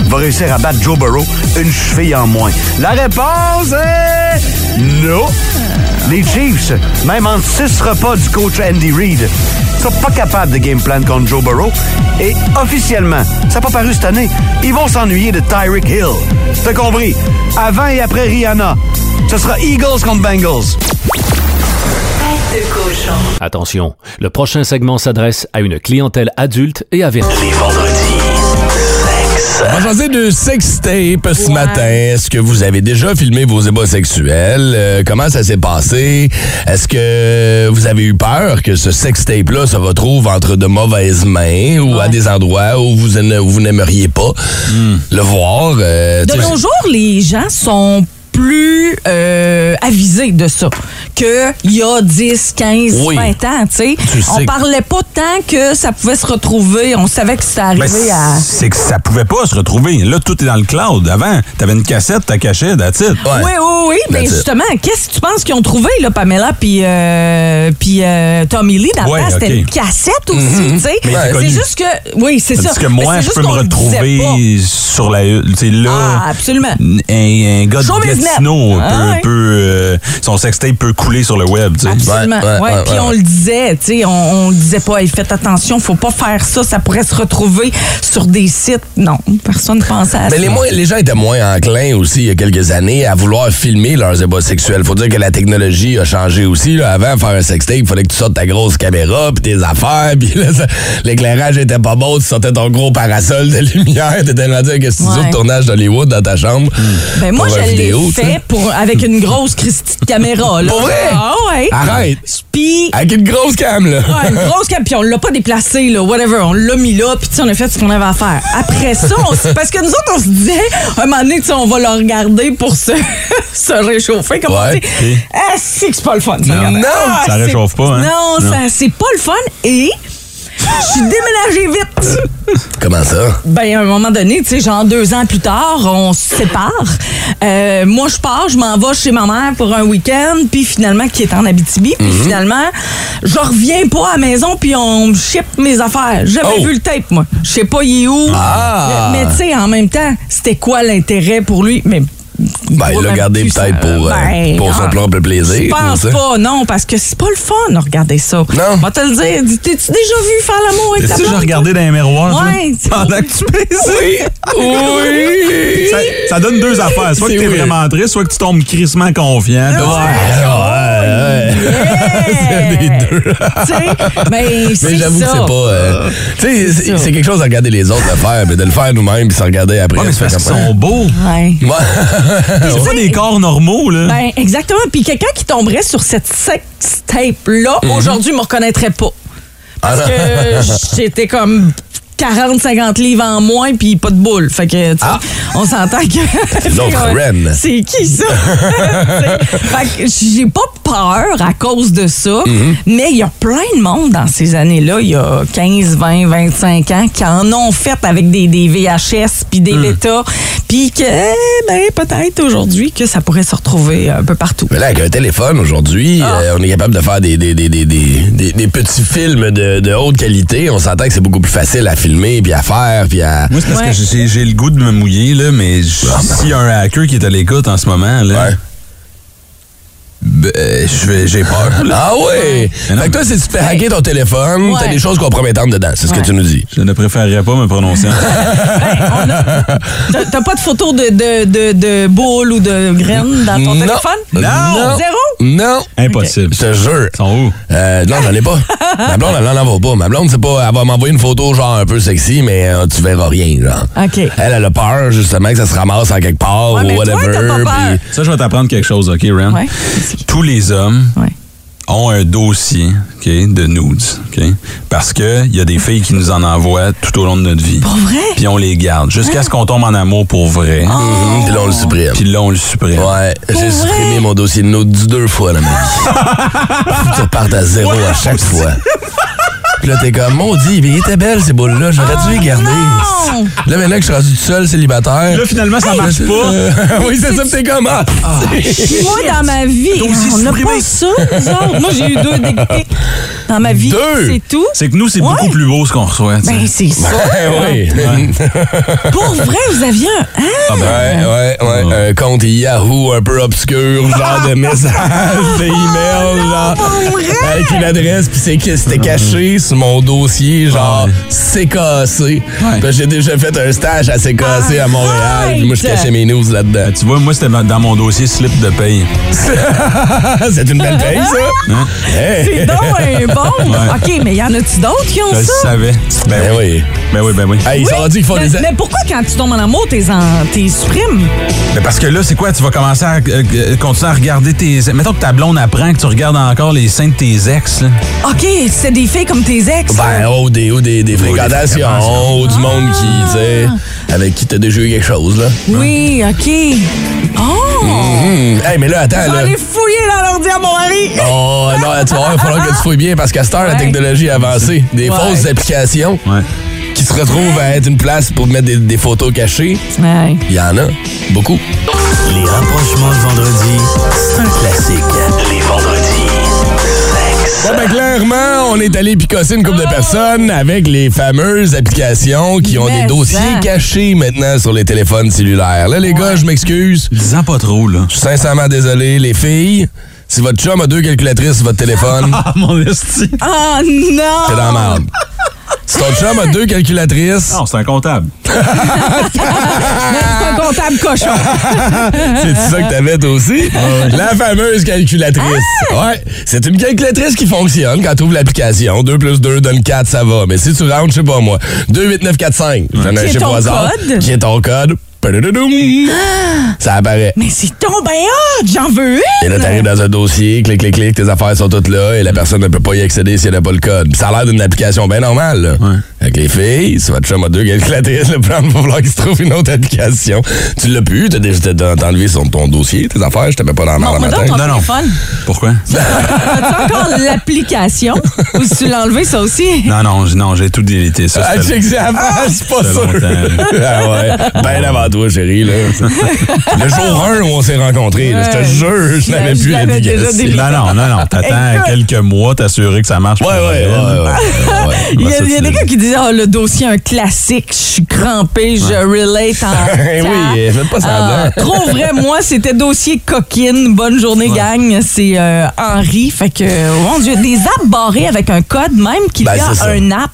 S13: va réussir à battre Joe Burrow une cheville en moins? La réponse est... Non! Les Chiefs, même en six repas du coach Andy Reid, sont pas capables de game plan contre Joe Burrow. Et officiellement, ça n'a pas paru cette année, ils vont s'ennuyer de Tyreek Hill. T'as compris? Avant et après Rihanna, ce sera Eagles contre Bengals.
S14: Attention, le prochain segment s'adresse à une clientèle adulte et avertie.
S4: Les vendredis, sexe.
S1: On va jaser de sextape ce matin. Est-ce que vous avez déjà filmé vos ébats sexuels? Euh, comment ça s'est passé? Est-ce que vous avez eu peur que ce sextape-là se retrouve entre de mauvaises mains ou à des endroits où vous, ne- vous n'aimeriez pas le voir? Euh,
S2: Hmm. De
S1: tu sais,
S2: nos jours, les gens sont plus euh, avisés de ça qu'il y a 10, 15,
S1: Oui.
S2: 20 ans. tu sais.
S1: Tu sais.
S2: On parlait pas tant que ça pouvait se retrouver. On savait que ça arrivait
S3: Ben, c'est-
S2: à...
S3: c'est que ça pouvait pas se retrouver. Là, tout est dans le cloud. Avant, t'avais une cassette, t'as caché, that's it.
S1: Ouais.
S2: Oui, oui, oui. Ben
S1: That's it.
S2: justement, qu'est-ce que tu penses qu'ils ont trouvé, là, Pamela, puis euh, puis, euh, Tommy Lee, dans
S3: Ouais,
S2: le temps,
S3: ok. Mhm.
S2: c'était une cassette aussi, tu sais.
S3: Mais c'est connu.
S2: C'est juste que, oui, c'est ça.
S3: Parce que
S2: Mais
S3: moi,
S2: c'est
S3: je
S2: juste
S3: peux me
S2: qu'on le disait pas.
S3: retrouver sur la. tu sais, là.
S2: Ah, absolument.
S3: Un, un gars
S2: Show
S3: de
S2: business.
S3: Gatineau peut,
S2: Ah ouais.
S3: peut, euh, son sextape peut couler sur le web. tu sais.
S2: Absolument.
S1: Ouais, ouais,
S2: Ouais,
S1: ouais,
S2: puis
S1: ouais,
S2: on
S1: ouais.
S2: le disait, tu sais, on, on le disait pas, hey, faites attention, faut pas faire ça, ça pourrait se retrouver sur des sites. Non, personne ne pensait à ça.
S1: Mais les, moins- les gens étaient moins enclins aussi il y a quelques années à vouloir filmer leurs ébats sexuels. Faut dire que la technologie a changé aussi. là. Avant, faire un sextape, il fallait que tu sortes ta grosse caméra, puis tes affaires, [LAUGHS] puis là, ça- l'éclairage était pas beau, tu sortais ton gros parasol de lumière, t'étais rendu avec un studio
S2: Ouais.
S1: de tournage d'Hollywood dans ta chambre.
S2: Ben, moi,
S1: pour la
S2: je l'ai
S1: vidéo, tu sais.
S2: fait pour, avec une grosse Christie de caméra. Là.
S1: Pour vrai?
S2: Ah ouais.
S1: Arrête!
S2: Puis,
S1: Avec une grosse cam, là!
S2: Ouais, une grosse cape, puis on l'a pas déplacé, là, whatever. On l'a mis là, puis tu sais, on a fait ce qu'on avait à faire. Après ça, on s- parce que nous autres, on se disait, un moment donné, tu sais, on va le regarder pour se, [LAUGHS] se réchauffer, comme
S1: Ouais,
S2: on dit.
S1: ok.
S2: Ah, c'est que c'est pas le fun, ça, regarder.
S1: non,
S2: Ah,
S3: ça
S2: c'est-
S3: réchauffe pas, hein.
S2: Non,
S3: Non.
S2: ça- c'est pas le fun. Et Je suis déménagée vite.
S1: Comment ça?
S2: Ben, à un moment donné, tu sais, genre deux ans plus tard, on se sépare. Euh, moi, je pars, je m'en vais chez ma mère pour un week-end, puis finalement, qui est en Abitibi, puis
S1: Mhm.
S2: finalement, je reviens pas à la maison, puis on me ship mes affaires. J'ai Jamais
S12: Oh.
S2: vu le tape, moi. Je sais pas, il est où.
S1: Ah.
S2: Mais, mais tu sais, en même temps, c'était quoi l'intérêt pour lui? Mais
S1: Ben, il l'a gardé peut-être pour, euh,
S2: ben,
S1: pour son
S2: ah,
S1: propre plaisir. hein.
S2: Je pense
S1: tu sais.
S2: pas, non, parce que c'est pas le fun de regarder ça. Non. On va te le dire. Dis, T'es-tu déjà vu faire l'amour avec ta
S3: T'as-tu déjà
S2: blonde?
S3: regardé dans les miroirs? toi? [LAUGHS]
S2: Ouais.
S3: Pendant que tu
S2: Oui.
S3: Oui. Ça, ça donne deux affaires. Soit que
S1: C'est Ah,
S3: t'es
S1: weird.
S3: vraiment triste, soit que tu tombes crissement confiant. Ouais.
S2: Tu sais, ben, c'est
S1: [LAUGHS] Mais j'avoue que
S2: ça.
S1: c'est pas. euh, tu sais, c'est- c'est quelque chose de regarder les autres le faire, mais de le faire nous-mêmes puis s'en regarder après.
S3: Ouais, mais c'est parce qu'ils sont beaux.
S2: Ouais.
S1: [LAUGHS]
S3: C'est pas des corps normaux, là.
S2: Ben, exactement. Puis quelqu'un qui tomberait sur cette sex tape-là,
S3: Mhm.
S2: aujourd'hui, me reconnaîtrait pas. Parce que j'étais comme 40-50 livres en moins, puis pas de boule. Fait que, tu sais, on s'entend que.
S12: L'autre reine.
S2: [LAUGHS] C'est qui ça? Tu sais, fait que j'ai pas peur à cause de ça,
S1: Mm-hmm.
S2: mais il y a plein de monde dans ces années-là, il y a 15, 20, 25 ans, qui en ont fait avec des, des VHS puis
S1: Mm.
S2: des Beta, puis que, eh, ben, peut-être aujourd'hui que ça pourrait se retrouver euh, un peu partout.
S1: Mais là, avec un téléphone aujourd'hui, euh, on est capable de faire des, des, des, des, des, des- des petits films de, de haute qualité. On s'entend que c'est beaucoup plus facile à filmer, puis à faire, puis à.
S3: Moi, c'est parce que j'ai- j'ai le goût de me mouiller, là, mais j-
S1: Ah, ben.
S3: s'il y a un hacker qui est à l'écoute en ce moment, là. ben, je vais- j'ai peur.
S1: Ah ouais! fait que toi, si tu te fais hacker ton téléphone, t'as
S3: Ouais.
S1: des choses compromettantes dedans. C'est ce que tu nous dis.
S3: Je ne préférerais pas me prononcer.
S2: T'as t'as pas de photo de, de, de, de boule ou de graines dans ton téléphone? Zéro?
S1: Non!
S3: Impossible.
S1: Je te jure. Euh,
S3: sont où?
S1: non, j'en ai pas. Ma blonde, elle n'en envoie pas. Ma blonde, c'est pas. Elle va m'envoyer une photo, genre, un peu sexy, mais euh, tu verras rien, genre.
S2: OK.
S1: Elle, elle a peur, justement, que ça se ramasse en quelque part
S3: Ouais,
S1: ou
S3: mais toi,
S1: whatever.
S3: t'as pas peur. Ça, je vais t'apprendre quelque chose, OK, Ren? Tous les hommes ont un dossier OK, de nudes, OK? Parce qu'il y a des filles qui nous en envoient tout au long de notre vie. Pour
S2: vrai? Oh! [LAUGHS]
S3: Puis on les garde jusqu'à ce qu'on tombe en amour pour vrai.
S1: Mhm, Puis là, on le supprime.
S3: Puis là, on le supprime.
S1: Ouais, j'ai supprimé mon dossier de notes du deux fois, là, mec. Faut que tu repartes à zéro à chaque fois. Puis là, t'es comme, maudit, mais il était belle, ces boules-là, j'aurais
S2: Oh,
S1: dû les garder. Là, maintenant que je suis rendu tout seul, célibataire.
S3: Là, finalement, ça marche
S1: pas. [LAUGHS] oui, c'est ça, pis t'es comme, ah,
S2: Puis Moi, dans ma vie, on n'a pas ça, nous autres. Moi, j'ai eu deux dick pics dans ma vie. C'est tout.
S3: C'est que nous, c'est beaucoup plus beau ce qu'on reçoit. tu sais.
S2: Ben, c'est ça.
S1: Ouais, oui.
S2: Pour vrai, vous aviez un... Hein?
S1: ouais, Ah ben, Euh, Ah! ouais, ouais. Un compte Yahoo un peu obscur, genre de [LAUGHS] message, de email, genre. Avec une adresse, puis c'est que c'était caché sur mon dossier, genre CKC. Parce que J'ai déjà fait un stage à CKC à Montréal, puis moi je cachais mes news là-dedans.
S3: Ben, Tu vois, moi, c'était dans- dans mon dossier slip de paye.
S1: c'est une belle paye, Ben, ça?
S3: Hein? [LAUGHS]
S2: C'est donc un
S1: [LAUGHS]
S2: bon.
S3: Ouais.
S2: OK, mais y en a-tu d'autres qui ont
S3: Je le
S2: ça?
S3: savais. Ben,
S1: oui.
S3: Ben oui, ben oui.
S1: ils
S2: Oui, mais, mais pourquoi quand tu tombes en amour, t'es en- t'es supprimes?
S3: Ben parce que là, c'est quoi? Tu vas commencer à euh, euh, continuer à regarder tes. Mettons que ta blonde apprend que tu regardes encore les seins de tes ex. là.
S2: OK, c'est des filles comme tes ex.
S1: Ben, oh, des, oh, des, des fréquentations, Ah! oh, du monde qui, tu sais, avec qui t'as déjà eu quelque chose, là.
S2: Oui, OK. Oh!
S3: Mm.
S1: Mhm. Hey, mais là, attends,
S2: Je vais
S1: là.
S2: aller fouiller dans l'ordi à Ah, mon mari.
S1: Oh non, tu vas voir, il faudra que tu fouilles bien parce qu'à cette heure, la technologie est avancée. Des
S2: Ouais.
S1: fausses applications qui se retrouvent à être une place pour mettre des, des photos cachées.
S2: Ouais.
S1: Il y en a, beaucoup.
S4: Les rapprochements le vendredi, c'est un classique. Les vendredis, sexe.
S1: Bon, ben clairement, on est allé picosser une couple de personnes avec les fameuses applications qui ont
S4: Mais
S1: des dossiers
S4: ça.
S1: cachés maintenant sur les téléphones cellulaires. Là, les gars, je m'excuse.
S3: Disant pas trop, là.
S1: Je suis sincèrement désolé. Les filles, si votre chum a deux calculatrices sur
S3: [LAUGHS]
S1: votre téléphone,
S3: Ah, mon esti.
S2: Oh non!
S1: t'es
S2: [LAUGHS]
S1: dans la merde.
S12: [LAUGHS]
S1: Si ton chum a deux calculatrices...
S3: Non, c'est un
S1: [LAUGHS]
S3: comptable.
S2: C'est un comptable cochon.
S12: [LAUGHS]
S1: C'est ça que t'avais toi
S12: Ah
S1: aussi? La fameuse calculatrice. Ouais. C'est une calculatrice qui fonctionne quand tu ouvres l'application. 2 plus 2 donne 4, ça va. Mais si tu rentres, je sais pas moi, 2, 8, 9, 4, 5, j'en ai un
S12: Qui est
S1: chiffre au
S12: ton
S1: hasard.
S12: code? Ah!
S1: Qui est ton code? Peu Padadoum. Ça apparaît.
S2: Mais c'est donc bien hot! J'en veux une!
S1: Et là, t'arrives dans un dossier, clic, clic, clic, tes affaires sont toutes là et la personne ne peut pas y accéder si elle n'a pas le code. Puis Ça a l'air d'une application bien normale, là. Avec les filles, si votre chum a deux calculatrices, le plan va falloir qu'il se trouve une autre application. Tu l'as pu, t'as déjà t'as- t'as enlevé sur ton dossier, tes affaires, je te mets pas dans la main le
S2: Montre-moi donc
S1: matin.
S2: ton
S3: [LAUGHS]
S2: téléphone.
S3: Pourquoi?
S2: As-tu encore l'application? Ou si tu l'as enlevé, ça aussi?
S3: Non, non, j- non, j'ai tout délité. Ça,
S1: Ah,
S3: ça fait-
S1: check ça avant, c'est pas
S3: ça fait
S1: sûr.
S3: longtemps.
S1: [LAUGHS] ah ouais, ben avant toi, chérie. Là. Le jour 1 où on s'est rencontrés, là, je te jure, je n'avais plus l'application.
S3: Non, non, non, non. T'attends quelques mois, t'assurer que ça marche. Ouais, ouais,
S1: Ben,
S2: Il
S1: Bah,
S2: y a, il y a des gars qui disent Ah, le dossier est un classique, je suis crampé, je relate
S1: Eh
S2: en.
S1: [LAUGHS] oui, faites pas hein.
S2: Ah,
S1: semblant.
S2: trop vrai, moi, c'était dossier coquine. Bonne journée, gang. C'est euh, Henri. Fait que, oh mon Dieu, des apps barrées avec un code, même qu'il
S1: Ben,
S2: y
S1: c'est ça.
S2: a un app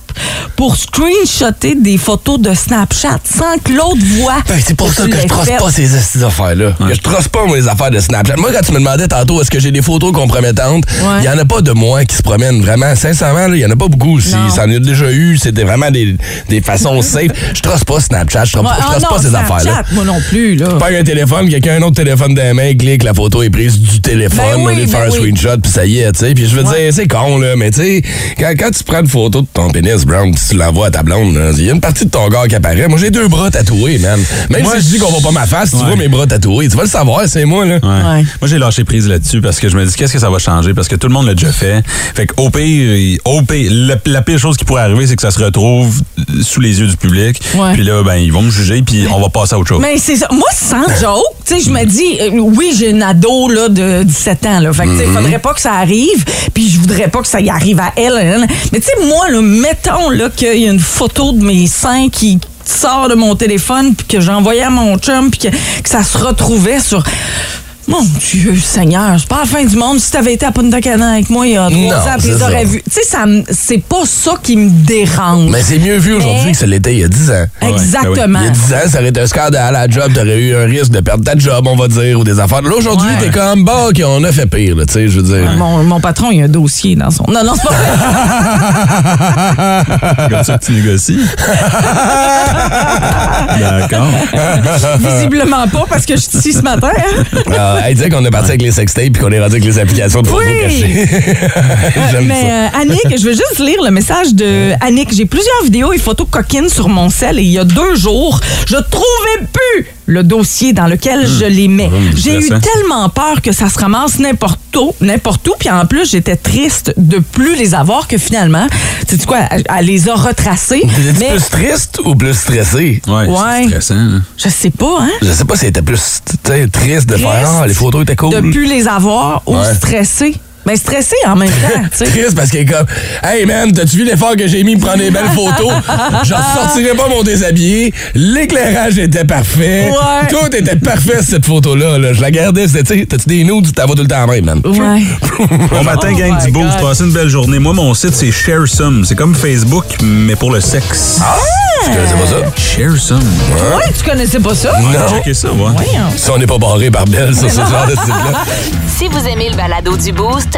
S2: pour screenshotter des photos de Snapchat sans que l'autre voie.
S1: Ben, c'est pour ça que je trosse pas ces, ces affaires-là. Que je trosse pas moi, les affaires de Snapchat. Moi, quand tu me demandais tantôt est-ce que j'ai des photos compromettantes, il y en a pas de moi qui se promènent vraiment. Sincèrement, là, il y en a pas beaucoup. Si ça en a déjà eu, c'était vraiment des,
S2: [LAUGHS]
S1: des façons safe. Je trosse pas Snapchat, je trosse,
S2: Ouais,
S1: je
S2: ah
S1: trosse
S2: non,
S1: pas ces
S2: Snapchat,
S1: affaires-là.
S2: Moi non plus, là.
S1: Pas un téléphone, quelqu'un a un autre téléphone dans la main, clique, la photo est prise du téléphone,
S2: Ben
S1: on
S2: oui,
S1: est faire
S2: ben
S1: un
S2: oui.
S1: screenshot, puis ça y est, tu sais. Puis je veux dire, c'est con, là, mais tu sais, quand, quand tu prends une photo de ton pénis, Brown, puis tu l'envoies à ta blonde, là, il y a une partie de ton corps qui apparaît. Moi, j'ai deux bras tatoués, man. Même
S3: Moi,
S1: si je dis qu'on voit pas ma face, tu vois mes bras tatoués. Tu vas le savoir, c'est moi, là.
S3: Ouais. Moi, j'ai lâché prise là-dessus parce que je me dis, qu'est-ce que ça va changer? Parce que tout le monde l'a déjà fait. Fait qu'au pire, il- au pire, le- la pire chose qui pourrait arriver, c'est que ça se retrouve euh, sous les yeux du public.
S2: Ouais.
S3: Puis là, ben, ils vont me juger, puis on va passer à
S1: Oh.
S3: autre chose.
S2: Mais c'est ça. Moi, sans joke, tu sais, je me dis, euh, oui, j'ai une ado là, de 17 ans. Là, fait que, tu sais,
S1: Mm-hmm.
S3: Mhm.
S2: faudrait pas que ça arrive, puis je voudrais pas que ça y arrive à elle. hein. Mais tu sais, moi, là, mettons là, qu'il y a une photo de mes seins qui sort de mon téléphone, puis que j'envoyais à mon chum, puis que, que ça se retrouvait sur. Mon Dieu Seigneur, c'est pas la fin du monde. Si t'avais été à Punta Cana avec moi il y a trois
S1: Non,
S2: ans, puis
S1: c'est
S2: les
S1: ça.
S2: aurais vu. Tu sais, ça me- c'est pas ça qui me dérange.
S1: Mais c'est mieux vu
S2: Mais-
S1: aujourd'hui que ça l'était il y a 10 ans.
S2: Exactement.
S1: Il y a 10 ans, ça aurait été un scandale à la job, t'aurais eu un risque de perdre ta job, on va dire, ou des affaires. Là, aujourd'hui,
S2: Ouais.
S1: t'es comme, bah, OK, on a fait pire, là, tu sais, je veux [LAUGHS] dire.
S2: Mon, mon patron, il a un dossier dans son. Non, non, c'est pas vrai.
S3: Comme ça que tu négocies.
S1: [LAUGHS]
S3: D'accord.
S2: [LAUGHS] Visiblement pas, parce que je suis ici ce matin. hein.
S1: Ah, elle disait qu'on est parti avec les sextapes puis qu'on est rendu avec les applications de photos
S2: Oui.
S1: cachées. [LAUGHS] J'aime
S2: Mais
S1: ça.
S2: euh, Annick, je veux juste lire le message de Annick. J'ai plusieurs vidéos et photos coquines sur mon sel et il y a deux jours, je trouvais plus le dossier dans lequel
S1: Hmm.
S2: je les mets.
S15: Hum,
S2: J'ai eu
S15: stressant.
S2: tellement peur que ça se ramasse n'importe où, n'importe où. Puis en plus, j'étais triste de plus les avoir que finalement, tu sais quoi, elle, elle les a
S1: [LAUGHS]
S2: retracés.
S1: T'étais-tu
S2: mais-
S1: plus triste ou plus stressé?
S2: c'est Ouais.
S3: stressant.
S2: Je sais pas, hein?
S1: Je sais pas si elle était plus tu sais, triste de faire
S2: Triste
S1: Ah, les photos étaient cool.
S2: de plus les avoir ou
S1: Ouais.
S2: stressé. Mais stressé Ben, en même
S1: [LAUGHS]
S2: temps,
S1: Hein?
S2: tu sais.
S1: Triste parce qu'elle est comme Hey man, t'as-tu vu l'effort que j'ai mis pour prendre des belles photos? Je sortirais pas mon déshabillé. L'éclairage était parfait.
S12: Ouais.
S1: Tout était parfait cette photo-là. là. Je la gardais, c'était, tu sais, t'as-tu des nudes, tu t'en vas tout le temps en même, man.
S2: Ouais.
S3: Bon matin,
S1: Oh
S3: gang
S1: my
S3: du Boost.
S1: God.
S3: Passez une belle journée. Moi, mon site, c'est Sharesome. C'est comme Facebook, mais pour le sexe. Ah!
S1: Tu connaissais pas ça?
S3: Sharesome.
S2: Ouais, tu connaissais pas ça?
S3: Non. Checker ça, moi.
S2: Voyons.
S1: Si on n'est pas barré par belle sur ce genre de site-là.
S16: [LAUGHS] Si vous aimez le balado du Boost,